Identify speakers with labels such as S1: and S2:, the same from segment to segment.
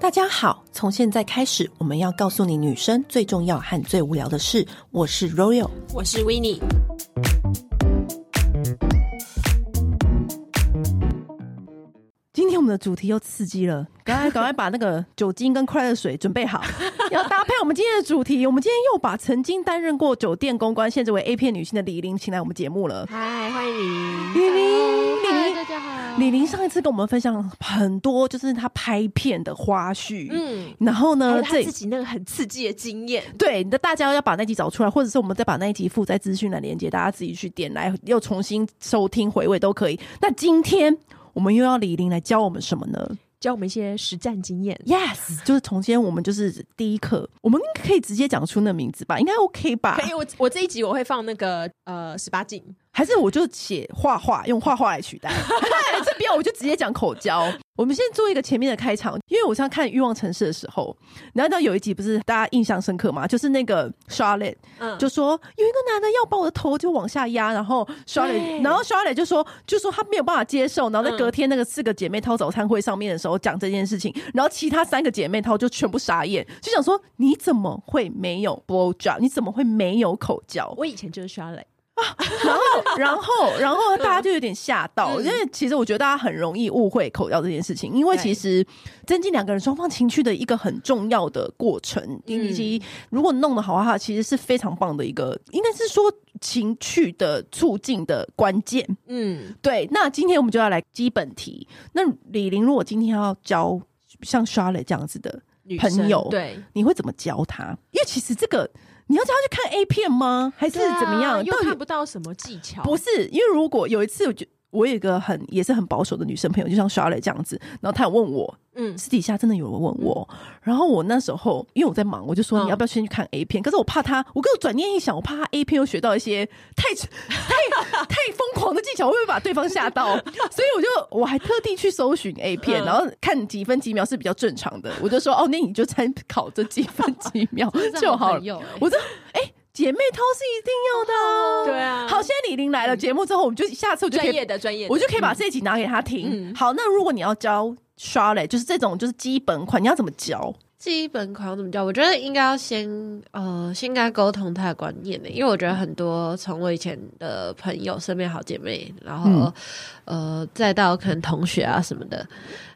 S1: 大家好，从现在开始，我们要告诉你女生最重要和最无聊的事。我是 Royal，
S2: 我是 w i n n i e
S1: 今天我们的主题又刺激了，赶快 赶快把那个酒精跟快乐水准备好， 要搭配我们今天的主题。我们今天又把曾经担任过酒店公关，现在为 A 片女性的李玲请来我们节目了。
S2: 嗨，欢迎你。
S1: 李玲，李
S3: 嗨，
S1: 玲
S3: 大，家好。
S1: 李玲上一次跟我们分享了很多，就是她拍片的花絮。
S2: 嗯，
S1: 然后
S2: 还
S1: 呢，
S2: 有他
S1: 这
S2: 自己那个很刺激的经验，
S1: 对，那大家要把那集找出来，或者是我们再把那一集附在资讯栏连接，大家自己去点来，又重新收听回味都可以。那今天我们又要李玲来教我们什么呢
S2: 教我们一些实战经验。
S1: ？Yes，就是从今天我们就是第一课，我们可以直接讲出那名字吧，应该 OK 吧
S2: 可？以，我我这一集我会放那个呃十八禁，
S1: 还是我就写画画，用画画来取 代？这边我就直接讲口交。我们先做一个前面的开场，因为我上看《欲望城市》的时候，然后到有一集不是大家印象深刻吗？就是那个 Charlotte，
S2: 嗯，
S1: 就说有一个男的要把我的头就往下压，然后 s h a r l e
S2: 对
S1: 然后 s h a r l e 就说就说他没有办法接受，然后在
S2: 嗯
S1: 隔天那个四个姐妹掏早餐会上面的时候讲这件事情，然后其他三个姐妹掏就全部傻眼，就想说你怎么会没有 blow job？你怎么会没有口交？
S2: 我以前就是 s h a r l e
S1: 然后， 然后，然后大家就有点吓到，
S2: 嗯
S1: 因为其实我觉得大家很容易误会口交这件事情，因为
S2: 对
S1: 其实增进两个人双方情趣的一个很重要的过程，
S2: 嗯
S1: 以及如果弄得好的话，其实是非常棒的一个，应该是说情趣的促进的关键。
S2: 嗯，
S1: 对，那今天我们就要来基本题。那李玲，如果今天要教像 Charlotte 这样子的，
S2: 女
S1: 朋
S2: 生
S1: 友
S2: 对，
S1: 你会怎么教她？因为其实这个你要叫她去看 A 片吗？还是怎么样？
S2: 对啊又
S1: 到底
S2: 看不到什么技巧，
S1: 不是，因为如果有一次，我就我有一个很也是很保守的女生朋友，就像 s h a r l e 这样子，然后她有问我，
S2: 嗯，
S1: 私底下真的有人问我，然后我那时候因为我在忙，我就说
S2: 嗯
S1: 你要不要先去看 A 片？可是我怕她，我跟我转念一想，我怕她 A 片又学到一些太太太疯狂的技巧，会不会把对方吓 到？所以我就我还特地去搜寻 A 片，
S2: 嗯
S1: 然后看几分几秒是比较正常的，我就说哦，那你就参考这几分几 秒就好了。
S3: 用
S1: 我说哎。姐妹掏是一定要的啊、
S2: 对啊，
S1: 好，现在李玲来了节目之后，我们就下次我就可
S2: 专
S1: 以
S2: 业，的专业的，
S1: 我就可以把这一集拿给她听。
S2: 嗯
S1: 好，那如果你要教 Charlotte，就是这种就是基本款，你要怎么教？
S3: 基本款要怎么教？我觉得应该要先呃，先跟他沟通他的观念欸的，因为我觉得很多从我以前的朋友、身边好姐妹，然后、
S1: 嗯
S3: 呃，再到可能同学啊什么的，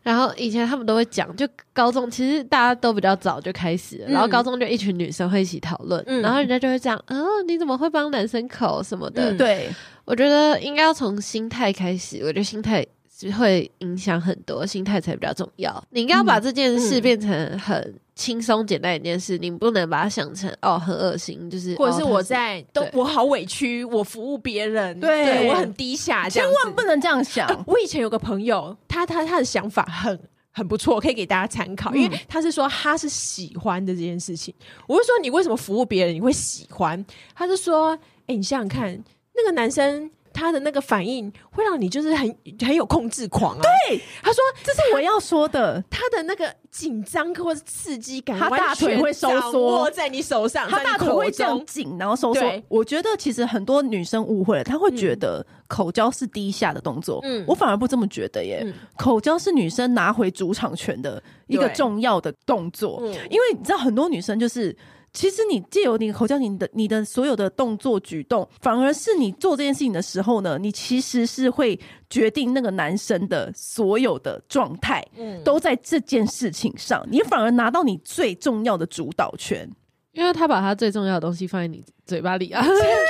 S3: 然后以前他们都会讲，就高中其实大家都比较早就开始了，
S2: 嗯
S3: 然后高中就一群女生会一起讨论，
S2: 嗯
S3: 然后人家就会讲，嗯、你怎么会帮男生口什么的，
S2: 嗯
S1: 对，
S3: 我觉得应该要从心态开始，我觉得心态是会影响很多，心态才比较重要。你应该要把这件事变成很轻松简单的一件事，你不能把它想成哦很恶心，就是
S2: 或者是
S3: 哦
S2: 我
S3: 他
S2: 在都
S3: 对
S2: 我好委屈，我服务别人，
S1: 对
S2: 我很低下，这
S1: 千
S2: 样子
S1: 万不能这样 想。
S2: 啊我以前有个朋友，他他他的想法很很不错，可以给大家参考，
S1: 嗯
S2: 因为他是说他是喜欢的这件事情。我就说你为什么服务别人你会喜欢？他就说，哎、你想想看，那个男生。他的那个反应会让你就是很很有控制狂啊！对，他说
S1: 这是我要说的，
S2: 他的那个紧张或是刺激感，
S1: 他大腿
S2: 完全
S1: 会收
S2: 掌
S1: 缩
S2: 握在你手上，
S1: 她
S2: 在你
S1: 大腿
S2: 口
S1: 会这样
S2: 中
S1: 紧，然后收缩
S2: 对。
S1: 我觉得其实很多女生误会了，她会觉得口交是低下的动作。
S2: 嗯
S1: 我反而不这么觉得耶
S2: 嗯。
S1: 口交是女生拿回主场权的一个
S2: 对
S1: 重要的动作。
S2: 嗯
S1: 因为你知道很多女生就是。其实你借由你的口交，你的你的所有的动作举动，反而是你做这件事情的时候呢，你其实是会决定那个男生的所有的状态，
S2: 嗯
S1: 都在这件事情上，你反而拿到你最重要的主导权。
S3: 因为他把他最重要的东西放在你嘴巴里啊，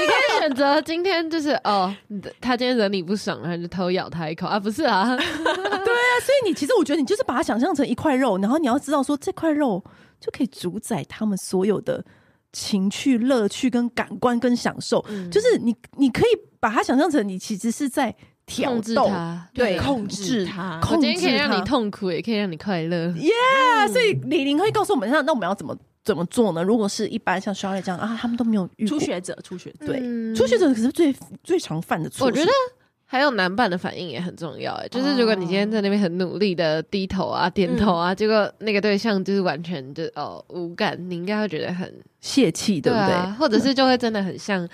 S3: 你可以选择今天就是哦，你的他今天惹你不爽，然后你就偷咬他一口啊，不是啊，
S1: 啊所以你其实我觉得你就是把它想象成一块肉，然后你要知道说这块肉就可以主宰他们所有的情趣、乐趣跟感官跟享受，就是你你可以把它想象成你其实是在 挑
S3: 控制
S1: 逗。
S3: 他，
S1: 对，
S2: 控制它
S3: 我
S1: 控
S3: 今天
S1: 制
S3: 可以让
S1: 它
S3: 你痛苦，也可以让你快乐。
S1: 啊！所以李玲会告诉我们，那那我们要怎么怎么做呢？如果是一般像 s h a r l e 这样啊，他们都没有遇
S2: 初
S1: 过，
S2: 学者，初学者，
S1: 对
S3: 嗯
S1: 初学者可是最最常犯的错。
S3: 我觉得还有男伴的反应也很重要、哎，
S1: 哦
S3: 就是如果你今天在那边很努力的低
S1: 嗯
S3: 头啊、点头啊，结果那个对象就是完全就哦无感，你应该会觉得很
S1: 泄气，对不嗯对？
S3: 啊？或者是就会真的很像，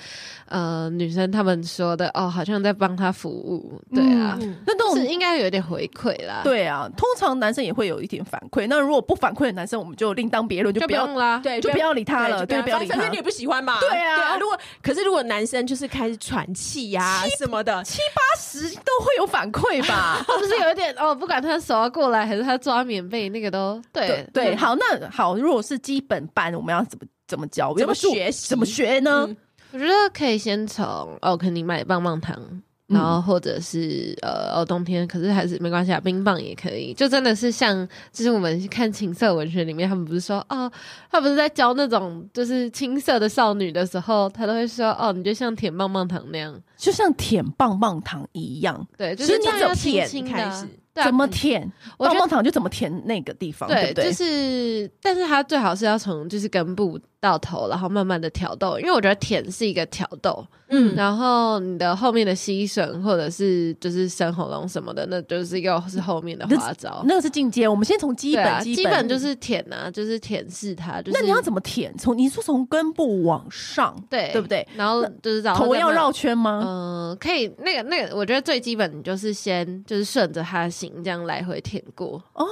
S3: 呃，女生她们说的哦，好像在帮他服务，对啊，
S2: 嗯
S1: 那这
S3: 是
S1: 种
S3: 应该有点回馈啦，，
S1: 对啊，通常男生也会有一点反馈。那如果不反馈的男生，我们就另当别论，就
S3: 就不
S1: 不要
S3: 用啦，
S2: 对，
S1: 就不要理他
S2: 对
S1: 了，
S2: 就
S1: 对，不要理
S2: 反
S1: 他
S2: 正你。也不喜欢嘛。
S1: 对啊
S2: 如果可是如果男生就是开始喘气呀、什么的，
S1: 七八十都会有反馈吧？
S3: 或者是有一点哦，不管他手要过来还是他抓棉被，那个都 对
S1: 对，好，那好，如果是基本班，我们要怎么怎么教？
S2: 怎么
S1: 有没有
S2: 学习
S1: 怎么学呢？
S2: 嗯
S3: 我觉得可以先从哦，可能你买棒棒糖，然后
S1: 嗯
S3: 或者是、呃哦，冬天可是还是没关系啊，冰棒也可以。就真的是像，就是我们看情色文学里面，他们不是说哦，他不是在教那种就是青涩的少女的时候，他都会说哦，你就像舔棒棒糖那样，
S1: 就像舔棒棒糖一样，
S3: 对，就
S1: 所
S3: 是
S1: 以你
S3: 这样
S1: 怎么
S3: 要轻
S1: 舔
S3: 轻的
S2: 开
S3: 啊
S2: 始，
S3: 对啊
S1: 怎么
S3: 嗯
S1: 舔
S3: 我觉
S1: 棒
S3: 得
S1: 棒糖就怎么舔那个地方，对不对？
S3: 就是，但是它最好是要从就是根部到头，然后慢慢的挑逗，因为我觉得舔是一个挑逗，
S2: 嗯，
S3: 然后你的后面的吸吮或者是就是伸喉咙什么的，那就是又是后面的花招。
S1: 那个是进阶，我们先从基
S3: 对
S1: 本、
S3: 啊，
S1: 基
S3: 基本就是舔啊，就是舔舐它，就是
S1: 那你要怎么舔？从你说从根部往上，
S3: 对
S1: 对不对？
S3: 然后就是然后
S1: 头
S3: 再
S1: 要
S3: 慢
S1: 绕圈吗？
S3: 嗯，可以，那个那个，我觉得最基本你就是先就是顺着它的形这样来回舔 过，
S1: 哦，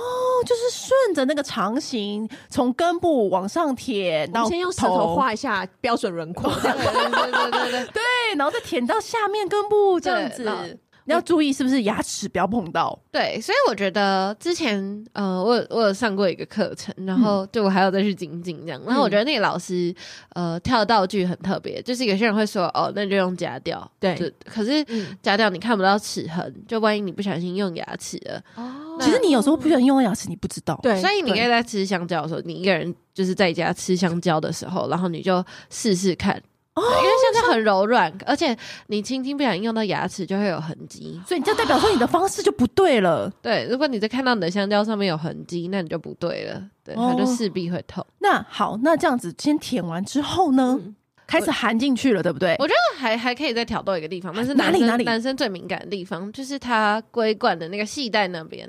S1: 就是顺着那个长形，从根部往上舔
S2: 我
S1: 到
S2: 们先用舌头画一下标准轮廓，这
S3: 对
S2: 样
S3: 对对对对，
S1: 对，然后再舔到下面根部这样
S3: 对然后
S1: 子。你要注意是不是牙齿不要碰到？
S3: 对，所以我觉得之前，呃，我有我有上过一个课程，
S2: 嗯
S3: 然后就我还有再去精进这样。然后我觉得那个老师，呃，跳道具很特别，就是有些人会说，哦，那就用夹掉，
S2: 对
S3: 就可是
S2: 嗯
S3: 夹掉你看不到齿痕，就万一你不小心用牙齿了，
S2: 哦
S1: 其实你有时候不小心用到牙齿，你不知道。
S2: 对，
S3: 所以你可
S2: 对
S3: 以在吃香蕉的时候，你一个人就是在家吃香蕉的时候，然后你就试试看，
S1: 哦，
S3: 因为香蕉很柔软，而且你轻轻不小心用到牙齿就会有痕迹。
S1: 所以你就代表说你的方式就不对了。
S3: 对，如果你在看到你的香蕉上面有痕迹，那你就不对了，对，它就
S1: 哦
S3: 势必会痛。
S1: 那好，那这样子先舔完之后呢，
S2: 嗯
S1: 开始含进去了，对不对？
S3: 我觉得还还可以再挑逗一个地方，但是
S1: 哪
S3: 男
S1: 里
S3: 生
S1: 哪里
S3: 男生最敏感的地方就是他龟冠的那个系带那边，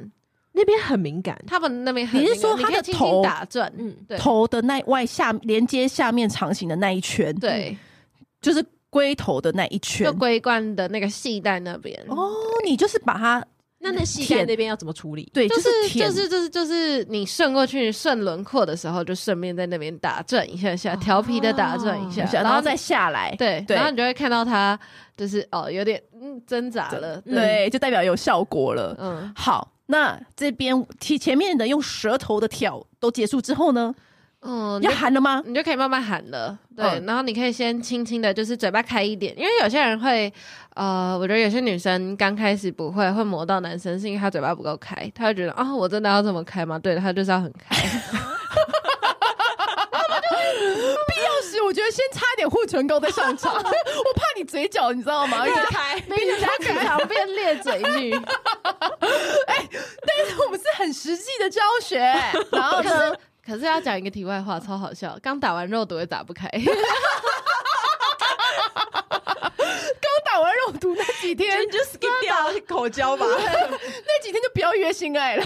S2: 那边很敏感，
S3: 他们那边很
S1: 你是
S3: 敏感
S1: 说
S3: 你
S1: 他
S3: 可以
S1: 的
S3: 轻轻
S1: 头
S3: 打转？
S2: 嗯，
S3: 对
S1: 头的那外下连接下面长形的那一圈，，
S3: 对，
S1: 就是龟头的那一圈
S3: 就。龟冠的那个系带那边。
S1: 哦，你就是把它
S2: 那那膝盖
S1: 舔
S2: 那边要怎么处 理？
S1: 对，
S3: 就是是
S1: 舔
S3: 就是就是就是你顺过去顺轮廓的时候，就顺便在那边打转一下下，调皮的打转一下，
S1: 然后
S3: 你
S1: 再下来，
S3: 对，
S1: 对
S3: 然后你就会看到他就是哦有点嗯挣扎了，
S2: 嗯
S3: 对，
S1: 对，就代表有效果了。
S3: 嗯，
S1: 好，那这边提前面的用舌头的挑都结束之后呢，
S3: 嗯，
S1: 要
S3: 你就
S1: 含了吗？
S3: 你就可以慢慢喊了。对，
S1: 嗯
S3: 然后你可以先轻轻的，就是嘴巴开一点，因为有些人会，呃，我觉得有些女生刚开始不会，会磨到男生，是因为她嘴巴不够开，她会觉得啊、我真的要这么开吗？对，她就是要很开。
S1: 必要时，我觉得先擦一点护唇膏再上 场，我怕你嘴角，你知道吗？
S3: 啊
S2: 开，
S3: 明明她经常变咧嘴女，
S1: 但是我们是很实际的教 学，然后
S3: 可
S1: 呢，
S3: 是 可是要讲一个题外话，超好笑，刚打完肉毒也打不开，
S1: 刚打完肉毒那几天，
S2: 就 skip 掉口交 吧。
S1: 那几天就不要约性爱了。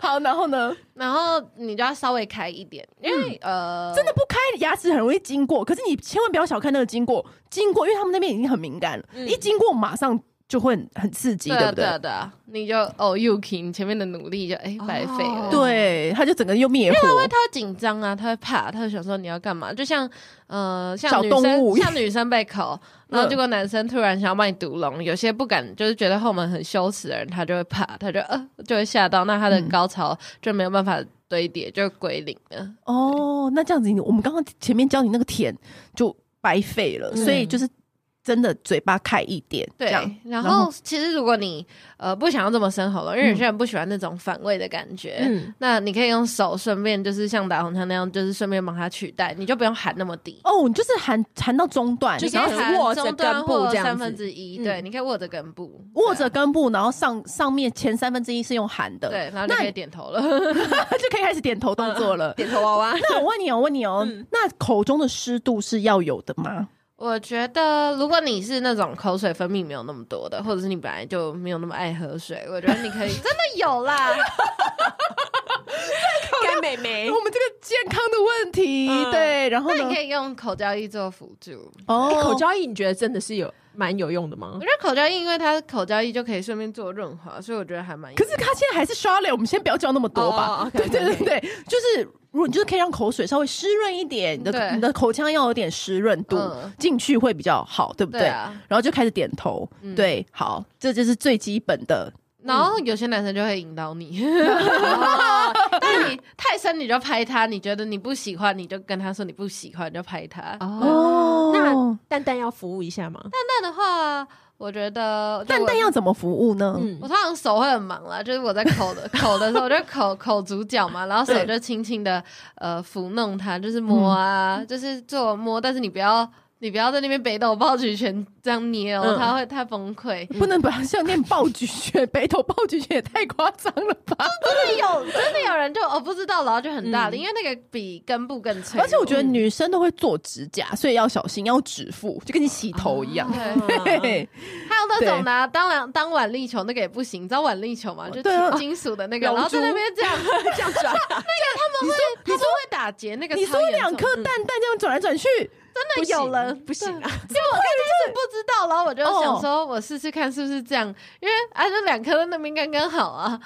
S1: 好，然后呢，
S3: 然后你就要稍微开一点，因为、呃，
S1: 嗯真的不开牙齿很容易经过，可是你千万不要小看那个经过，经过，因为他们那边已经很敏感了，一经过马上就会很很刺激，
S3: 嗯对
S1: 对
S3: 啊
S1: 不对
S3: 对？啊对啊，你就哦 Yuki，你前面的努力就哎、白费
S2: 哦
S3: 了。
S1: 对，他就整个又灭火，
S3: 因为他会紧张啊，他会怕，他会想说你要干嘛？就像呃，
S1: 小
S3: 像女
S1: 动
S3: 生
S1: 物
S3: 像女生被口，然
S1: 嗯
S3: 后结果男生突然想要把你毒聋，有些不敢，就是觉得后门很羞耻的人，他就会怕，他就呃就会吓到，那他的
S1: 嗯
S3: 高潮就没有办法堆叠，就归零了。
S1: 哦，那这样子你，我们刚刚前面教你那个舔就白费了，所以就是真的嘴巴开一点，
S3: 嗯对
S1: 这样，
S3: 然
S1: 然
S3: 后其实如果你呃不想要这么生喉咙，因为有些人不喜欢那种反胃的感觉，
S2: 嗯，
S3: 那你可以用手顺便就是像打红枪那样，就是顺便帮他取代，你就不用喊那么低。
S1: 哦，你就是含含到中段，
S2: 就是
S3: 啊
S1: 然后
S2: 可以含握着
S3: 中段
S2: 根部
S3: 或
S2: 这样
S3: 三
S2: 子
S3: 分之一，
S2: 嗯
S3: 对，你可以握着根部，
S1: 握着根部，然后上上面前三分之一是用含的，
S3: 对啊，对，然后就
S1: 那
S3: 可以点头 了。
S1: 就可以开始点头动作了。
S2: 点头娃娃，
S1: 那我问你哦，我问你哦，
S3: 嗯
S1: 那口中的湿度是要有的吗？
S3: 我觉得，如果你是那种口水分泌没有那么多的，或者是你本来 就没有那么爱喝水，我觉得你可以真的有啦，
S2: 该妹妹。
S1: 我们这个健康的问题，
S2: 嗯
S1: 对，然后
S3: 那
S1: 呢
S3: 你？可以用口交液做辅助。
S1: 哦
S2: 口交易你觉得真的是有蛮有用的吗
S3: 我？觉得口交液，因为它口交液就可以顺便做润滑，所以我觉得还蛮有。
S1: 可是他现在还是刷脸，我们先不要教那么多吧。
S2: 哦，OK，OK，OK
S1: 对对对对，就是如果你就是可以让口水稍微湿润一点，你的
S3: 对
S1: 你的口腔要有点湿润度
S3: 嗯
S1: 进、去会比较好，对不对？
S3: 对啊嗯
S1: 然后就开始点头，对，好，这就是最基本的。
S3: 然后有些男生就会引导你， 哦但你太深你就拍他，你觉得你不喜欢你就跟他说你不喜欢你就拍他。嗯
S1: 哦
S2: 那蛋蛋要服务一下吗？
S3: 那的话，我觉得
S1: 蛋蛋。
S3: 就我
S1: 要怎么服务呢？
S2: 嗯
S3: 我通常手会很忙啦，就是我在口 的口的时候，我就口口足脚嘛，然后手就轻轻的呃抚弄它，就是摸啊，就是做摸，但是你不要你不要在那边北斗抱举拳这样捏哦，
S2: 嗯
S3: 他会太崩溃。
S1: 不能把它像念爆菊穴、北斗爆菊穴也太夸张了 吧？
S3: 真的有真的有人就哦不知道，然后就很大力，因为那个比根部更脆弱。
S1: 而且我觉得女生都会做指甲，所以要小心，要指腹，就跟你洗头一样。
S3: 对 啊
S1: 嘿
S2: 嗯
S1: 嘿，
S3: 还有那种拿当然当碗力球那个也不行，你知道碗力球吗？就
S1: 对啊
S3: 挺金属的那个，
S1: 龙珠
S3: 然后在那边 这样，
S2: 这样转啊，
S3: 他说会打结那个
S1: 你
S3: 超
S1: 说
S3: 严重，
S1: 两颗蛋蛋这样转来转去，
S2: 不
S3: 嗯真的有
S2: 行
S3: 人
S2: 不行啊，
S3: 因为我刚开始不知道，然后我就想
S1: 哦
S3: 说，我试试看是不是这样，因为啊，就两颗在那边刚刚好啊。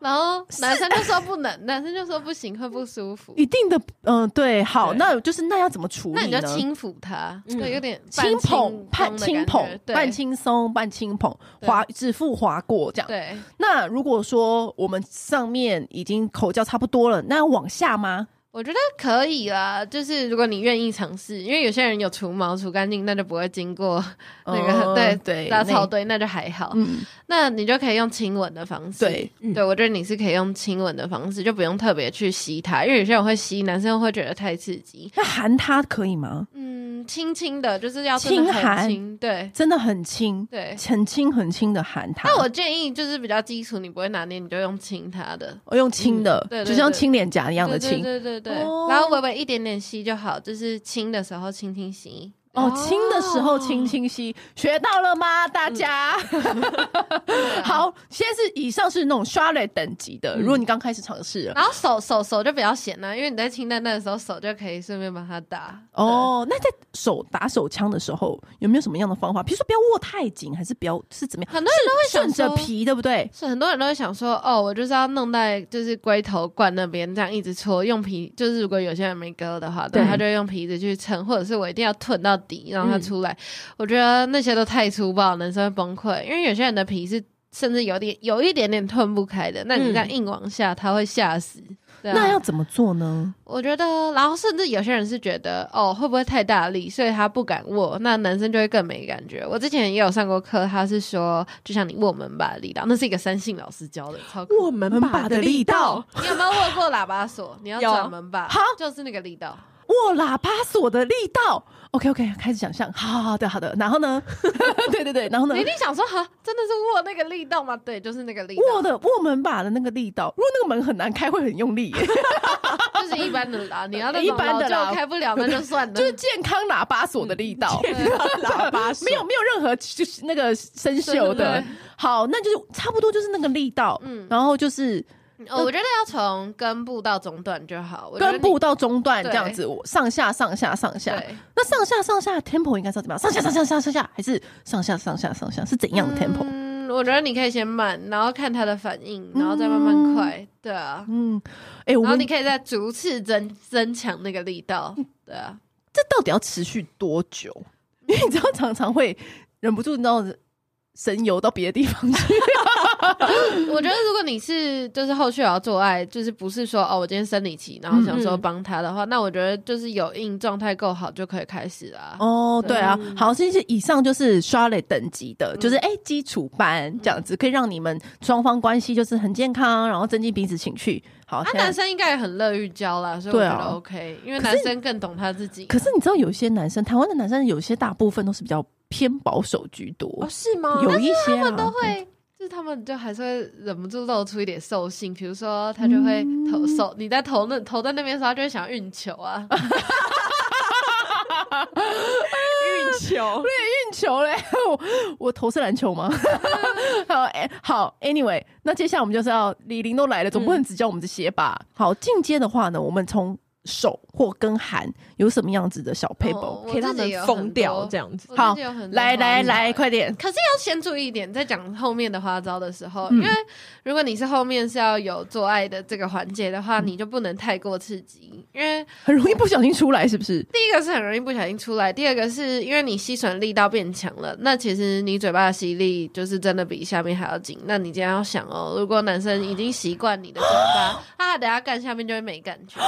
S3: 然后男生就说不能，男生就说不行，会不舒服。
S1: 一定的，嗯、对，好，
S2: 对
S1: 那就是那要怎么处
S3: 那
S1: 理
S3: 你就
S1: 呢？
S3: 轻抚他，
S2: 嗯
S3: 对，有点半
S1: 轻捧，半
S3: 轻
S1: 轻
S3: 松的感
S1: 捧
S3: 觉，对
S1: 半轻松，半轻捧，
S3: 对
S1: 划指腹划过这样。
S3: 对，
S1: 那如果说我们上面已经口交差不多了，那要往下吗？
S3: 我觉得可以啦。就是如果你愿意尝试，因为有些人有除毛除干净，那就不会经过那个、
S1: 嗯
S3: 对
S1: 对
S3: 大
S1: 那
S3: 草堆，那就还好。
S1: 嗯，
S3: 那你就可以用亲吻的方式，
S1: 对，
S2: 嗯
S3: 对，我觉得你是可以用亲吻的方式，就不用特别去吸它，因为有些人会吸，男生会觉得太刺激。
S1: 那含它可以吗？
S3: 嗯，轻轻的，就是要真
S1: 轻
S3: 的
S1: 含
S3: 很轻，对
S1: 真的很轻，
S3: 对。
S1: 很轻很轻的含它。
S3: 那我建议就是比较基础，你不会拿捏，你就用亲它的，
S1: 我哦用轻的，
S3: 嗯对对
S1: 就像亲脸颊一
S3: 这
S1: 样的轻。
S3: 对对对对对
S1: 哦
S3: 然后微微一点点吸就好，就是亲的时候轻轻吸。
S1: 哦，
S2: 哦
S1: 亲的时候轻清晰，学到了吗，大家？
S3: 对啊，
S1: 好，现在是以上是那种刷脸等级的，
S3: 嗯
S1: 如果你刚开始尝试了，
S3: 然后手手手就比较闲啦、因为你在亲蛋蛋的时候，手就可以顺便把它打。
S1: 哦，那在手打手枪的时候，有没有什么样的方法？比如说不要握太紧，还是不要是怎么样？
S3: 很多人都会
S1: 顺
S3: 想
S1: 着
S3: 说，
S1: 皮，对不对？
S3: 是很多人都会想说，哦，我就是要弄在就是龟头冠那边，这样一直搓，用皮就是如果有些人没割的话，对，
S1: 对嗯
S3: 他就会用皮子去撑，或者是我一定要吞到底让它出来。我觉得那些都太粗暴，男生会崩溃，因为有些人的皮是甚至有点有一点点吞不开的，那你这样硬往下，他会吓死。对啊、
S1: 嗯那要怎么做呢？
S3: 我觉得，然后甚至有些人是觉得，哦，会不会太大力，所以他不敢握，那男生就会更没感觉。我之前也有上过课，他是说，就像你握门把的力道，那是一个三性老师教的，超酷。
S2: 我们把的力道，
S3: 你有没有握过喇叭锁？你要
S2: 有
S3: 转门把
S1: 好，
S3: 就是那个力道。
S1: 握喇叭锁的力道，OK OK，开始想象，好好好的好的，然后呢？ 对对对，然后呢
S3: 你一？定想说，哈，真的是握那个力道吗？对，就是那个力
S1: 握
S3: 道，
S1: 的握门把的那个力道，如果那个门很难开，会很用力耶，
S3: 就是一般的啦。你要那
S1: 一
S3: 种
S1: 般的啦
S3: 老旧开不了，那就算了。
S1: 就是健康喇叭锁的力
S3: 嗯
S1: 道。
S2: 喇叭手
S1: 没有没有任何就是那个生锈的
S3: 对对对，
S1: 好，那就是差不多就是那个力道，嗯，然后就是
S3: 哦，我觉得要从根部到中段就好。我觉得
S1: 根
S3: 你
S1: 部到中段
S3: 对
S1: 这样子，我上下上下上下
S3: 对，
S1: 那上下上下 tempo 应该是要怎么样？上下上下上下上下，还是上下上下上下是怎样的 tempo？
S3: 嗯，我觉得你可以先慢，然后看他的反应，然后再慢慢快。对啊，
S1: 嗯，哎、我
S3: 然后
S1: 们
S3: 你可以再逐次增增强那个力道。
S1: 嗯
S3: 对啊，
S1: 这到底要持续多久？ 因为你知道，常常会忍不住，你知道。神游到别的地方去，
S3: 我觉得如果你是就是后续有要做爱，就是不是说哦我今天生理期，然后想
S1: 嗯
S3: 说帮他的话，那我觉得就是有硬状态够好就可以开始啦。
S1: 哦，对啊，好，这些以上就是刷类等级的，
S3: 嗯
S1: 就是哎、基础班这样子，可以让你们双方关系就是很健康，然后增进彼此情趣。好，
S3: 他
S1: 现在
S3: 啊男生应该也很乐于教啦，所以我
S1: 对
S3: 觉
S1: 啊
S3: 得 OK，因为男生更懂他自己。
S1: 可是你知道，有些男生，台湾的男生有些大部分都是比较偏保守居多
S2: 哦，，是吗？
S1: 有一些、啊、
S3: 他们都 会，就是他们就还是会忍不住露出一点兽性，比如说他就会投
S1: 嗯
S3: 手，你在投那投在那边的时候，他就会想运球啊，
S2: 运球，
S1: 运球嘞，我我投是篮球吗？好，哎、好，anyway，那接下来我们就是要李玲都来了，总不能只教我们这些
S3: 嗯
S1: 吧？好，进阶的话呢，我们从手或跟韩有什么样子的小 paper？、
S3: 哦我
S2: 给他
S3: 自己有
S2: 们
S3: 很
S2: 疯掉
S3: 多
S2: 这样子。
S1: 好
S3: 我自己有很多
S1: 来来
S3: 方法
S1: 来，快点！
S3: 可是要先注意一点，在讲后面的花招的时候，
S1: 嗯
S3: 因为如果你是后面是要有做爱的这个环节的
S1: 嗯
S3: 话，你就不能太过刺激，因为
S1: 很容易不小心出来，是不是？
S3: 第一个是很容易不小心出来，第二个是因为你吸吮力道变强了，那其实你嘴巴的吸力就是真的比下面还要紧。那你今天要想哦，如果男生已经习惯你的嘴巴， 啊，等下干下面就会没感觉。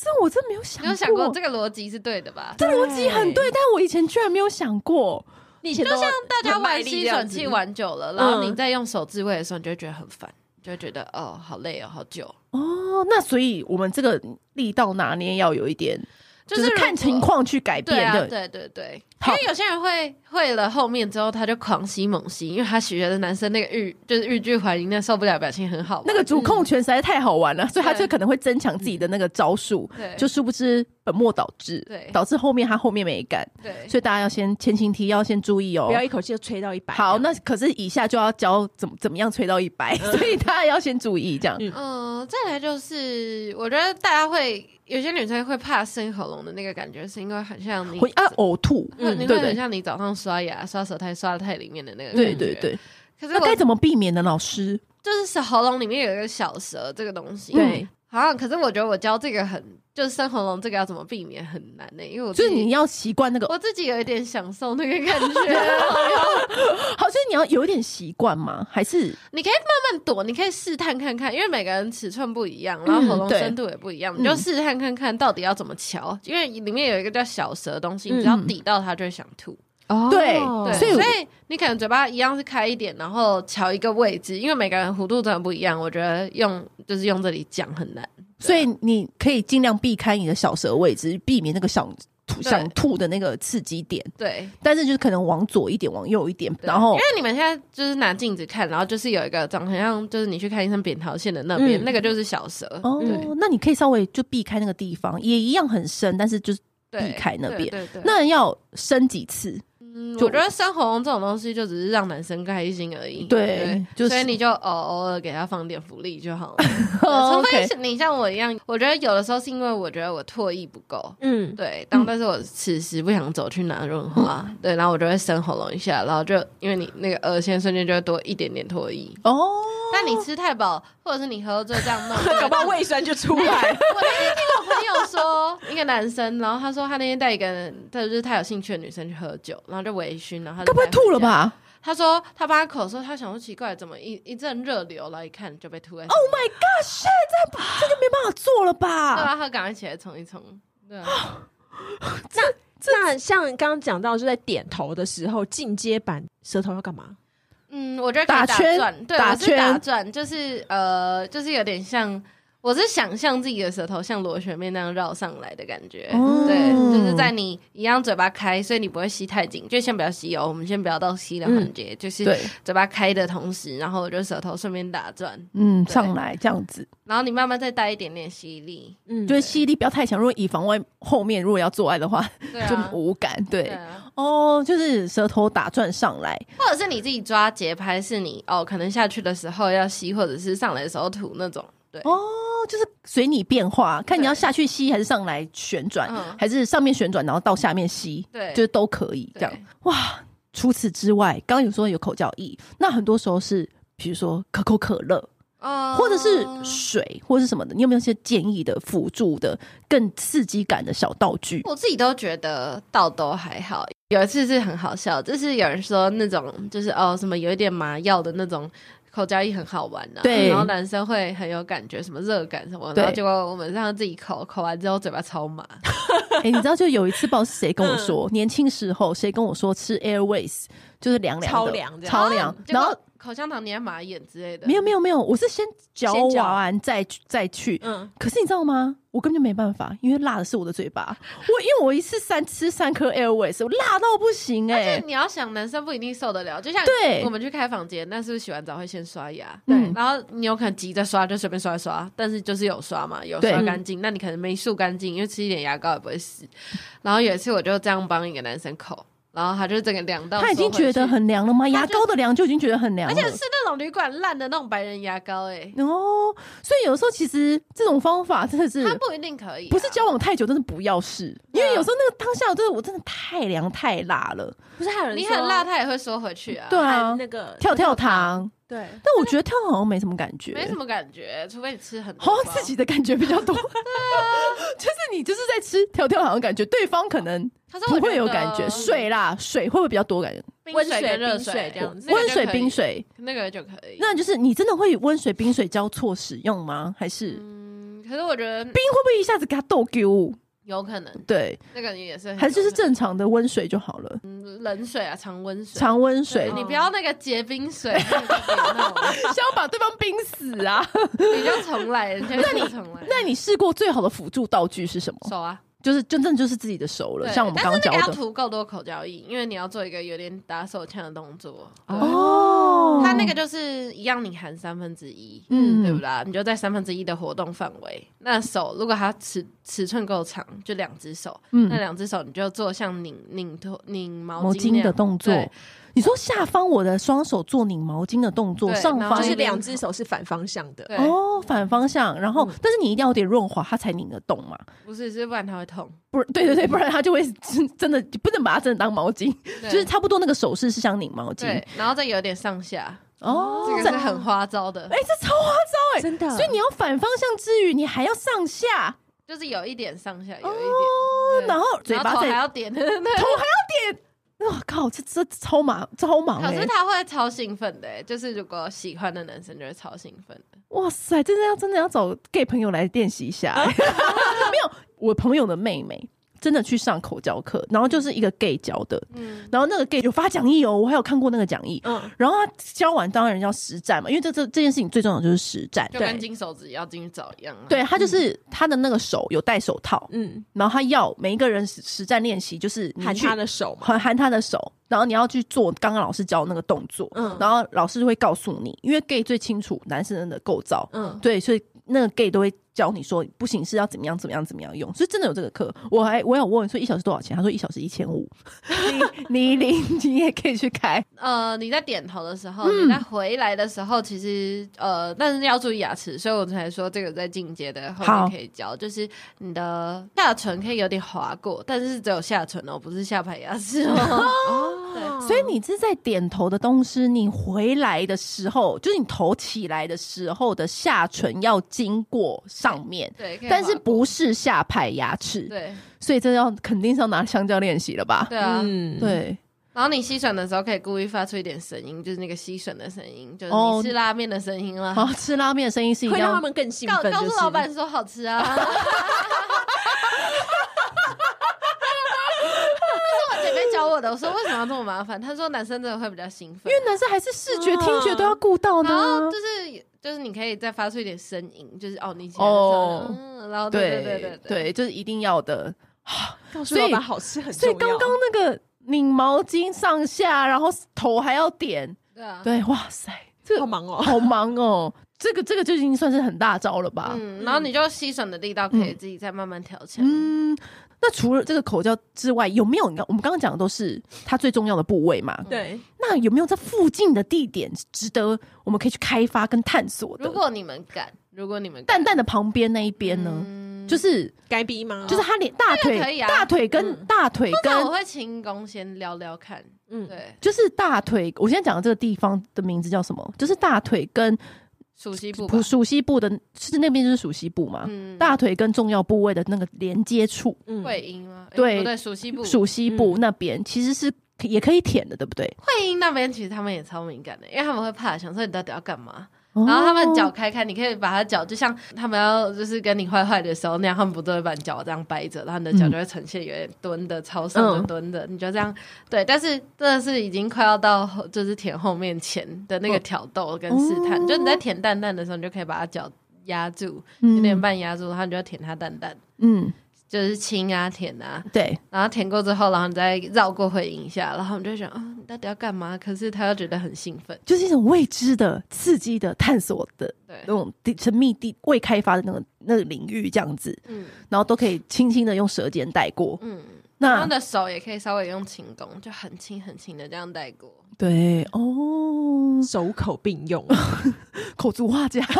S1: 这我真没有想
S3: 你有想
S1: 哦
S3: 过这个逻辑是对的吧？
S1: 这逻辑很对，但我以前居然没有想过。
S2: 你以前就像
S3: 大家玩吸吮器玩久了，然
S1: 嗯
S3: 后你再用手自慰的时候，你就会觉得很烦，就会觉得哦，好累哦，好久。
S1: 哦，那所以我们这个力道拿捏要有一点，
S3: 就
S1: 就是
S3: 如果
S1: 看情。况去改
S3: 对
S1: 变
S3: 啊，
S1: 的。
S3: 对对对，
S1: 好
S3: 因为有些人会会了后面之后，他就狂吸猛吸，因为他学的男生那个欲就是欲拒还迎，那受不了表情很好玩。嗯
S1: 那个主控权实在太好玩了，所以他
S3: 对
S1: 就可能会增强自己的那个招数，
S3: 对，
S1: 就殊不知本末倒置
S3: 对，
S1: 导致后面他后面没感，
S3: 对，
S1: 所以大家要先前情提要先注意哦
S2: 不。要一口气就吹到一百。
S1: 好，那可是以下就要教怎么怎么样吹到一百，所以大家要先注意这样。
S2: 嗯
S3: 嗯、再来就是我觉得大家会有些女生会怕生喉咙的那个感觉，是因为很像你
S1: 会啊呕吐，
S3: 会你
S1: 对
S3: 会
S1: 对
S3: 很像你早上刷牙刷舌苔刷的太里面的那个感
S1: 对
S3: 觉。
S1: 对对。
S3: 可是
S1: 那该
S3: 我
S1: 怎么避免呢？老师，
S3: 就是喉咙里面有一个小舌这个东西，
S2: 对，
S3: 好啊像可是我觉得我教这个很就是生喉咙这个要怎么避免很难呢、因为我
S1: 就
S3: 自
S1: 是
S3: 己
S1: 你要习惯那个，
S3: 我自己有一点享受那个 感觉，
S1: 好，所以你要有一点习惯吗？还是
S3: 你可以慢慢躲，你可以试探看看，因为每个人尺寸不一样，然后
S1: 嗯
S3: 喉咙
S1: 对
S3: 深度也不一样，
S1: 嗯
S3: 你就试探看看到底要怎么瞧，因为里面有一个叫小舌的东西，你只要
S1: 嗯
S3: 抵到它就会想吐。
S2: 哦
S1: 对
S3: 对，
S1: 所
S3: 所
S1: 以
S3: 以
S1: 我
S3: 你可能嘴巴一样是开一点，然后瞧一个位置，因为每个人弧度真的不一样，我觉得用就是用这里讲很难。
S1: 所以你可以尽量避开你的小舌位置，避免那个想吐
S3: 对
S1: 想吐的那个刺激点，
S3: 对，
S1: 但是就是可能往左一点，往右一点，
S3: 对
S1: 然后
S3: 因为你们现在就是拿镜子看，然后就是有一个长得很像，就是你去看医生扁桃腺的那边，
S2: 嗯
S3: 那个就是小舌。
S1: 哦
S3: 对，
S1: 那你可以稍微就避开那个地方，也一样很深，但是就是
S3: 对，
S1: 避开那边
S3: 对对对
S1: 那要伸几次？
S3: 嗯
S1: 就
S3: 我觉得生喉咙这种东西就只是让男生开心而已。
S1: 对就是
S3: 所以你就偶偶尔给他放点福利 就好了。对除非
S1: 哦 OK，
S3: 是你像我一样，我觉得有的时候是因为我觉得我唾液不够。
S2: 嗯，
S3: 对，当但是我此时不想走去拿润滑，
S1: 嗯
S3: 对，然后我就会生喉咙一下，然后就因为你那个耳线瞬间就会多一点点唾液。
S1: 哦，
S3: 但你吃太饱，或者是你喝醉这样弄，
S2: 搞不好胃酸就出来。
S3: 我那天听我朋友说，一个男生，然后他说他那天带一个人，他就是他有兴趣的女生去喝酒，然后就微醺，然后他
S1: 该
S3: 就
S1: 不会
S3: 带回
S1: 吐了
S3: 家？
S1: 吧
S3: 他说他把他口的时候，他想说奇怪，怎么一一阵热流了，一看就被吐在。哦，
S1: ？Oh my god！现在这这就没办法做了
S3: 对
S1: 吧？
S3: 啊，他赶快起来冲一冲。对啊，
S2: 那像刚刚讲到，就在点头的时候，进阶版舌头要干嘛？
S3: 嗯，我觉得可
S1: 打
S3: 以
S1: 圈
S3: 转，对，
S1: 打
S3: 我是打
S1: 圈
S3: 转，就是呃，就是有点像。我是想象自己的舌头像螺旋面那样绕上来的感觉，
S1: 哦
S3: 对，就是在你一样嘴巴开，所以你不会吸太紧，就先不要吸哦油，我们先不要到吸的
S1: 嗯
S3: 环节，就是
S1: 对，
S3: 嘴巴开的同时，然后我就舌头顺便打转，
S1: 嗯，
S3: 对
S1: 上来这样子，
S3: 然后你慢慢再带一点点吸力，
S2: 嗯，
S1: 就是吸力不要太强，如果以防万一后面如果要做爱的话，
S3: 对啊，
S1: 就无感。对，
S3: 对啊，
S1: 哦，就是舌头打转上来，
S3: 或者是你自己抓节拍，是你哦，可能下去的时候要吸，或者是上来的时候吐那种，对，
S1: 哦，就是随你变化，看你
S3: 对
S1: 要下去吸还是上来旋转，
S3: 嗯
S1: 还是上面旋转然后到下面吸，
S3: 对
S1: 就是都可以这样。哇，除此之外，刚刚有说有口角意，那很多时候是比如说可口可乐，
S3: 哦
S1: 或者是水，或者是什么的，你有没有一些建议的辅助的更刺激感的小道 具？
S3: 我自己都觉得倒都还好。有一次是很好笑，就是有人说那种就是哦什么有一点麻药的那种口交液很好玩啊，
S1: 对
S3: 然后男生会很有感觉，什么热感什么，
S1: 对
S3: 然后结果我们让他自己口口完之后嘴巴超麻，
S1: 哎、你知道就有一次，不知道是谁跟我说， 年轻时候谁跟我说吃 Airways 就是凉凉的，
S2: 超凉这样
S1: 超凉，
S3: 嗯结
S1: 然后
S3: 果口香糖粘马眼之类的，
S1: 没有没有没有，我是先嚼
S2: 先嚼
S1: 完再去再去。
S2: 嗯，
S1: 可是你知道吗？我根本就没办法，因为辣的是我的嘴巴。我因为我一次三吃三颗 Airways，我辣到不行哎、
S3: 但你要想，男生不一定受得了，就像
S1: 对
S3: 我们去开房间，那是不是洗完澡会先刷牙？
S1: 嗯
S3: 然后你有可能急着刷就随便刷一刷，但是就是有刷嘛，有
S1: 对
S3: 刷干净，那你可能没漱干净，因为吃一点牙膏也不会死。然后有一次我就这样帮一个男生口，然后他就整个凉到，
S1: 他已经觉得，很凉了吗？牙膏的凉就已经觉得很凉
S3: 而
S1: 了，
S3: 且是那种旅馆烂的那种白人牙膏、欸，
S1: 哦，所以有时候其实这种方法真的是
S3: 他不一啊定可以、
S1: 不是交往太久，真的不要试，因
S3: 啊
S1: 为有时候那个当下真的我真的太凉太辣了，
S2: 不是还有人
S3: 你
S2: 说
S3: 很辣，他也会缩回去啊。
S1: 对
S2: 含
S1: 啊，
S2: 那个
S1: 跳跳糖，
S2: 对，
S1: 但我觉得跳好像没什么感觉，
S3: 没什么感觉，除非你吃很多
S1: 好
S3: 包。
S1: 像自己的感觉比较 多，就是你就是在吃跳跳糖的感觉，对方可能
S3: 他说
S1: 不
S3: 我
S1: 会有
S3: 得嗯
S1: 感觉。水啦，水会不会比较多感觉？
S3: 冰
S2: 温
S3: 水
S2: 水
S3: 跟热
S2: 冰水这样子
S3: 那个
S1: 温
S3: 就
S1: 水、
S3: 可以
S1: 冰水，
S3: 那个就可以。
S1: 那就是你真的会温水、冰水交错使用吗？还是冰
S3: 嗯，可是我觉得
S1: 会不会一下子给它逗丢？
S3: 有可能，
S1: 对，
S3: 那个也是很
S1: 还是就是
S3: 有可
S1: 正常的温水就好了，
S3: 能嗯冷水啊，常温水。
S1: 常温
S3: 对
S1: 水。
S3: 你不要那个结冰水，那个就别弄了
S1: 想要把对方冰死 啊！
S3: 你就重来，人家就重来。
S1: 那你试过最好的辅助道具是什么？
S3: 手啊，
S1: 就是真正就是自己的手了，
S3: 对
S1: 像我们刚刚
S3: 但
S1: 教
S3: 是那个要
S1: 的
S3: 涂够多口交液，因为你要做一个有点打手枪的动作。
S2: 哦
S1: 哦
S3: 它那个就是一样，你含三分之一，
S1: 嗯
S3: 对不啦？你就在三分之一的活动范围。那手如果它尺尺寸够长，就两只手，
S1: 嗯
S3: 那两只手你就做像拧拧头拧毛
S1: 毛
S3: 巾那
S1: 巾的
S3: 样
S1: 动作
S3: 对。
S1: 你说下方我的双手做拧毛巾的动作，
S3: 对
S1: 上
S3: 然后
S1: 方
S2: 就是
S3: 那边
S2: 两只手是反方向的，
S3: 对，
S1: 哦反方向，然后、
S2: 嗯
S1: 但是你一定要有点润滑，它才拧得动嘛。
S3: 不是，是不然它会痛。
S1: 不然对 对对，不然它就会真真的不能把它真的当毛巾，
S3: 就
S1: 就是差不多那个手势是像拧毛巾
S3: 对，然后再有点上下，
S1: 哦
S3: 这个
S1: 在
S3: 是嗯
S1: 哎、
S3: 很花招的，
S1: 这超花招哎、
S2: 真的
S1: 所以你要反方向之余，你还要上下
S3: 就是有一点上下，有一
S1: 哦
S3: 点，对
S1: 然后嘴
S3: 然
S1: 巴
S3: 后头
S1: 再
S3: 还要点， 对
S1: 头还要点。我靠，这这超忙，超忙
S3: 可
S1: 哎、
S3: 是他会超兴奋的、欸就是如果喜欢的男生就会超兴奋的。
S1: 哇塞，真的要真的要找 gay 朋友来练习一下、欸。 没有，我朋友的妹妹真的去上口交课，然后就是一个 gay 教的，
S3: 嗯，
S1: 然后那个 gay 有发讲义哦，我还有看过那个讲义。
S2: 嗯，
S1: 然后他教完，当然要实战嘛，因为这这这件事情最重要的就是实战。
S2: 啊
S3: 就跟金手指要进去找一样、啊。，
S1: 对他就是他的那个手有戴手套，
S2: 嗯，
S1: 然后他要每一个人实实战练习，就是你
S2: 喊
S1: 去
S2: 他的手嘛，
S1: 含含他的手，然后你要去做刚刚老师教的那个动作，
S2: 嗯
S1: 然后老师会告诉你，因为 gay 最清楚男生的构造，
S2: 嗯，
S1: 对，所以那个 gay 都会教你说不行是要怎么样怎么样怎么样用，所以真的有这个课。我还我有问说一小时多少钱，他说一小时一千五，你你领你也可以去开，
S3: 呃，你在点头的时候，你
S1: 嗯
S3: 在回来的时候，其实呃，但是要注意牙齿，所以我才说这个在进阶的后
S1: 好
S3: 面可以教，就是你的下唇可以有点划过，但是只有下唇哦，不是下排牙齿哦。
S2: 哦
S1: 所以你是在点头的同时，你回来的时候，就是你头起来的时候的下唇要经过上面。
S3: 对，可以
S1: 但是
S3: 划过
S1: 不是下排牙齿，
S3: 对
S1: 所以这要肯定是要拿香蕉练习了吧？
S3: 对啊，
S2: 嗯，
S1: 对，
S3: 然后你吸吮的时候可以故意发出一点声音，就是那个吸吮的声音，就是
S1: 哦
S3: 你吃拉面的声音啦。
S1: 然后吃拉面的声音是一
S2: 会让他
S1: 样，
S2: 们更兴
S3: 告
S2: 奋，
S3: 告
S2: 就
S3: 诉
S2: 是
S3: 老板说好吃 啊！但是我姐妹教我的，我说为什么要这么麻烦？她说男生真的会比较兴奋
S1: 因，为男生还是视觉、
S2: 啊
S1: 听觉都要顾到的
S3: 然
S1: 啊。
S3: 后就是就是你可以再发出一点声音，就是哦你起来的时
S1: 哦
S3: 候嗯，然后对
S1: 对
S3: 对对对，
S1: 对，就是一定要的。
S2: 告诉老
S1: 所以
S2: 板好吃很重
S1: 所以
S2: 要，
S1: 刚刚那个拧毛巾上下，然后头还要点，
S3: 对啊，
S1: 对，哇塞，这
S2: 好
S1: 个
S2: 忙哦，
S1: 好忙哦，这个这个就已经算是很大招了吧？
S3: 嗯，然后你就吸吮的力道可以自己再慢慢调起来。
S1: 嗯，那除了这个口交之外，有没有你看我们刚刚讲的都是它最重要的部位嘛？
S3: 嗯
S2: 对，
S1: 那有没有在附近的地点值得我们可以去开发跟探索的？
S3: 如果你们敢，如果你们敢
S1: 蛋蛋的旁边那一边呢，
S3: 嗯
S1: 就是
S2: 该逼吗？
S1: 就是他连大
S3: 那个可
S1: 腿、
S3: 以啊
S1: 大腿跟、
S2: 嗯
S1: 大腿
S3: 那我
S1: 跟。
S3: 会轻功先聊聊看，
S2: 嗯，
S3: 对，
S1: 就是大腿，我现在讲的这个地方的名字叫什么？就是大腿跟
S3: 熟悉不吧？
S1: 不啊属膝部的，是那边就是属膝部嘛？
S3: 嗯
S1: 大腿跟重要部位的那个连接处，
S2: 嗯，
S3: 会阴吗？诶
S1: 对
S3: 不对，熟悉不
S1: 属膝部
S3: 嗯
S1: 那边其实是可也可以舔的，对不对？
S3: 会阴那边其实他们也超敏感的，因为他们会怕，想说你到底要干嘛。
S1: 然
S3: 然后他们脚开开，你可以把他脚，就像他们要就是跟你坏坏的时候那样，他们不都会把你脚这样掰着，然后你的脚
S1: 嗯
S3: 就会呈现有点蹲的、朝上的
S2: 嗯
S3: 蹲的，你就这样对。但是真的是已经快要到后就是舔后面前的那个
S1: 嗯
S3: 挑逗跟试探，
S1: 哦
S3: 就你在舔蛋蛋的时候，你就可以把他脚压住，有
S1: 有
S3: 点，半压住，然后你就舔他蛋蛋。
S1: 嗯，
S3: 就是亲啊、舔啊，
S1: 对，
S3: 然后舔过之后，然后你再绕过回应一下，然后我们就会想，啊、你到底要干嘛？可是他又觉得很兴奋，
S1: 就是一种未知的、刺激的、探索的
S3: 对
S1: 那，种地神秘地未开发的那个那个领域，这样子，
S3: 嗯
S1: 然后都可以轻轻的用舌尖带过，
S3: 嗯，他
S1: 那
S3: 们的手也可以稍微用轻功，就很轻很轻的这样带过。
S1: 对哦，
S2: 手口并用，
S1: 口足画家，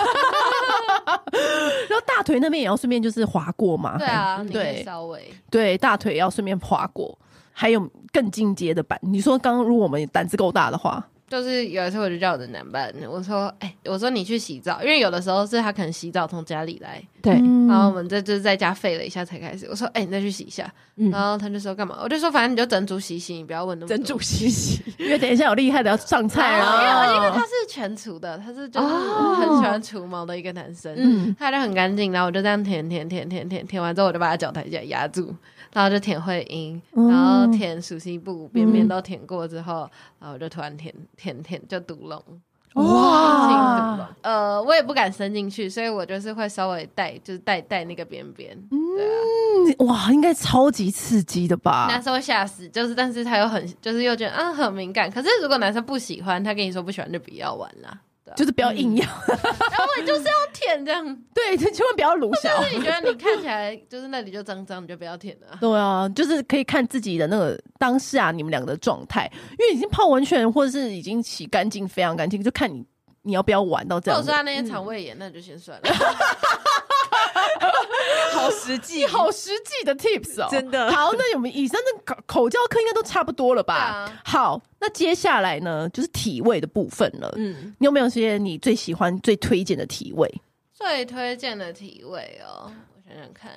S1: 然后大腿那边也要顺便就是划过嘛，嗯
S3: 对啊，你可以
S1: 对
S3: 稍微
S1: 对，大腿要顺便划过，还有更进阶的版。你说刚刚如果我们胆子够大的话，
S3: 就是有一次我就叫我的男伴，我说：“哎、我说你去洗澡，因为有的时候是他可能洗澡从家里来，
S2: 对，
S1: 嗯
S3: 然后我们这就是在家废了一下才开始。我说：“哎、你再去洗一下。”
S2: 嗯
S3: 然后他就说：“干嘛？”我就说：“反正你就整组洗一洗，你不要问那么多。”
S2: 珍珠西西，
S1: 因为等一下有厉害的要上菜
S3: 然后因为因为
S1: 啊
S3: 他，是全除的，他是就是
S2: 哦
S3: 很喜欢除毛的一个男生，
S1: 嗯
S3: 他就很干净。然后我就这样舔舔舔舔舔舔完之后，我就把他脚抬起来压住，然后就舔会阴，
S1: 嗯
S3: 然后舔熟悉部边边都舔过之后，然后我就突然舔舔舔就毒龙，
S1: 哇
S3: 进毒龙。呃，我也不敢伸进去，所以我就是会稍微带，就是带带那个边边。对啊，
S1: 嗯哇，应该超级刺激的
S3: 那
S1: 吧？
S3: 时候吓死，就是但是他又很，就是又觉得啊很敏感。可是如果男生不喜欢，他跟你说不喜欢就不要玩啦。对啊
S1: 就是不要硬要，
S3: 然后我就是要舔这样。
S1: 对，就千万不要鲁小。
S3: 就是你觉得你看起来就是那里就脏脏，你就不要舔了。
S1: 对啊，就是可以看自己的那个当下你们两个的状态，因为已经泡温泉或者是已经洗干净，非常干净，就看你你要不要玩到这
S3: 或
S1: 样
S2: 哦
S3: 者
S1: 子。
S3: 说哦
S2: 啊
S3: 他那些肠胃炎，那就先算了。
S2: 好实际，
S1: 好实际的 tips 哦，
S2: 真的
S1: 好，那我们以上的口口交课应该都差不多了吧？
S3: 对啊
S1: 好，那接下来呢，就是体位的部分了。
S2: 嗯，
S1: 你有没有些你最喜欢、最推荐的体位？
S3: 最推荐的体位哦，我想想看，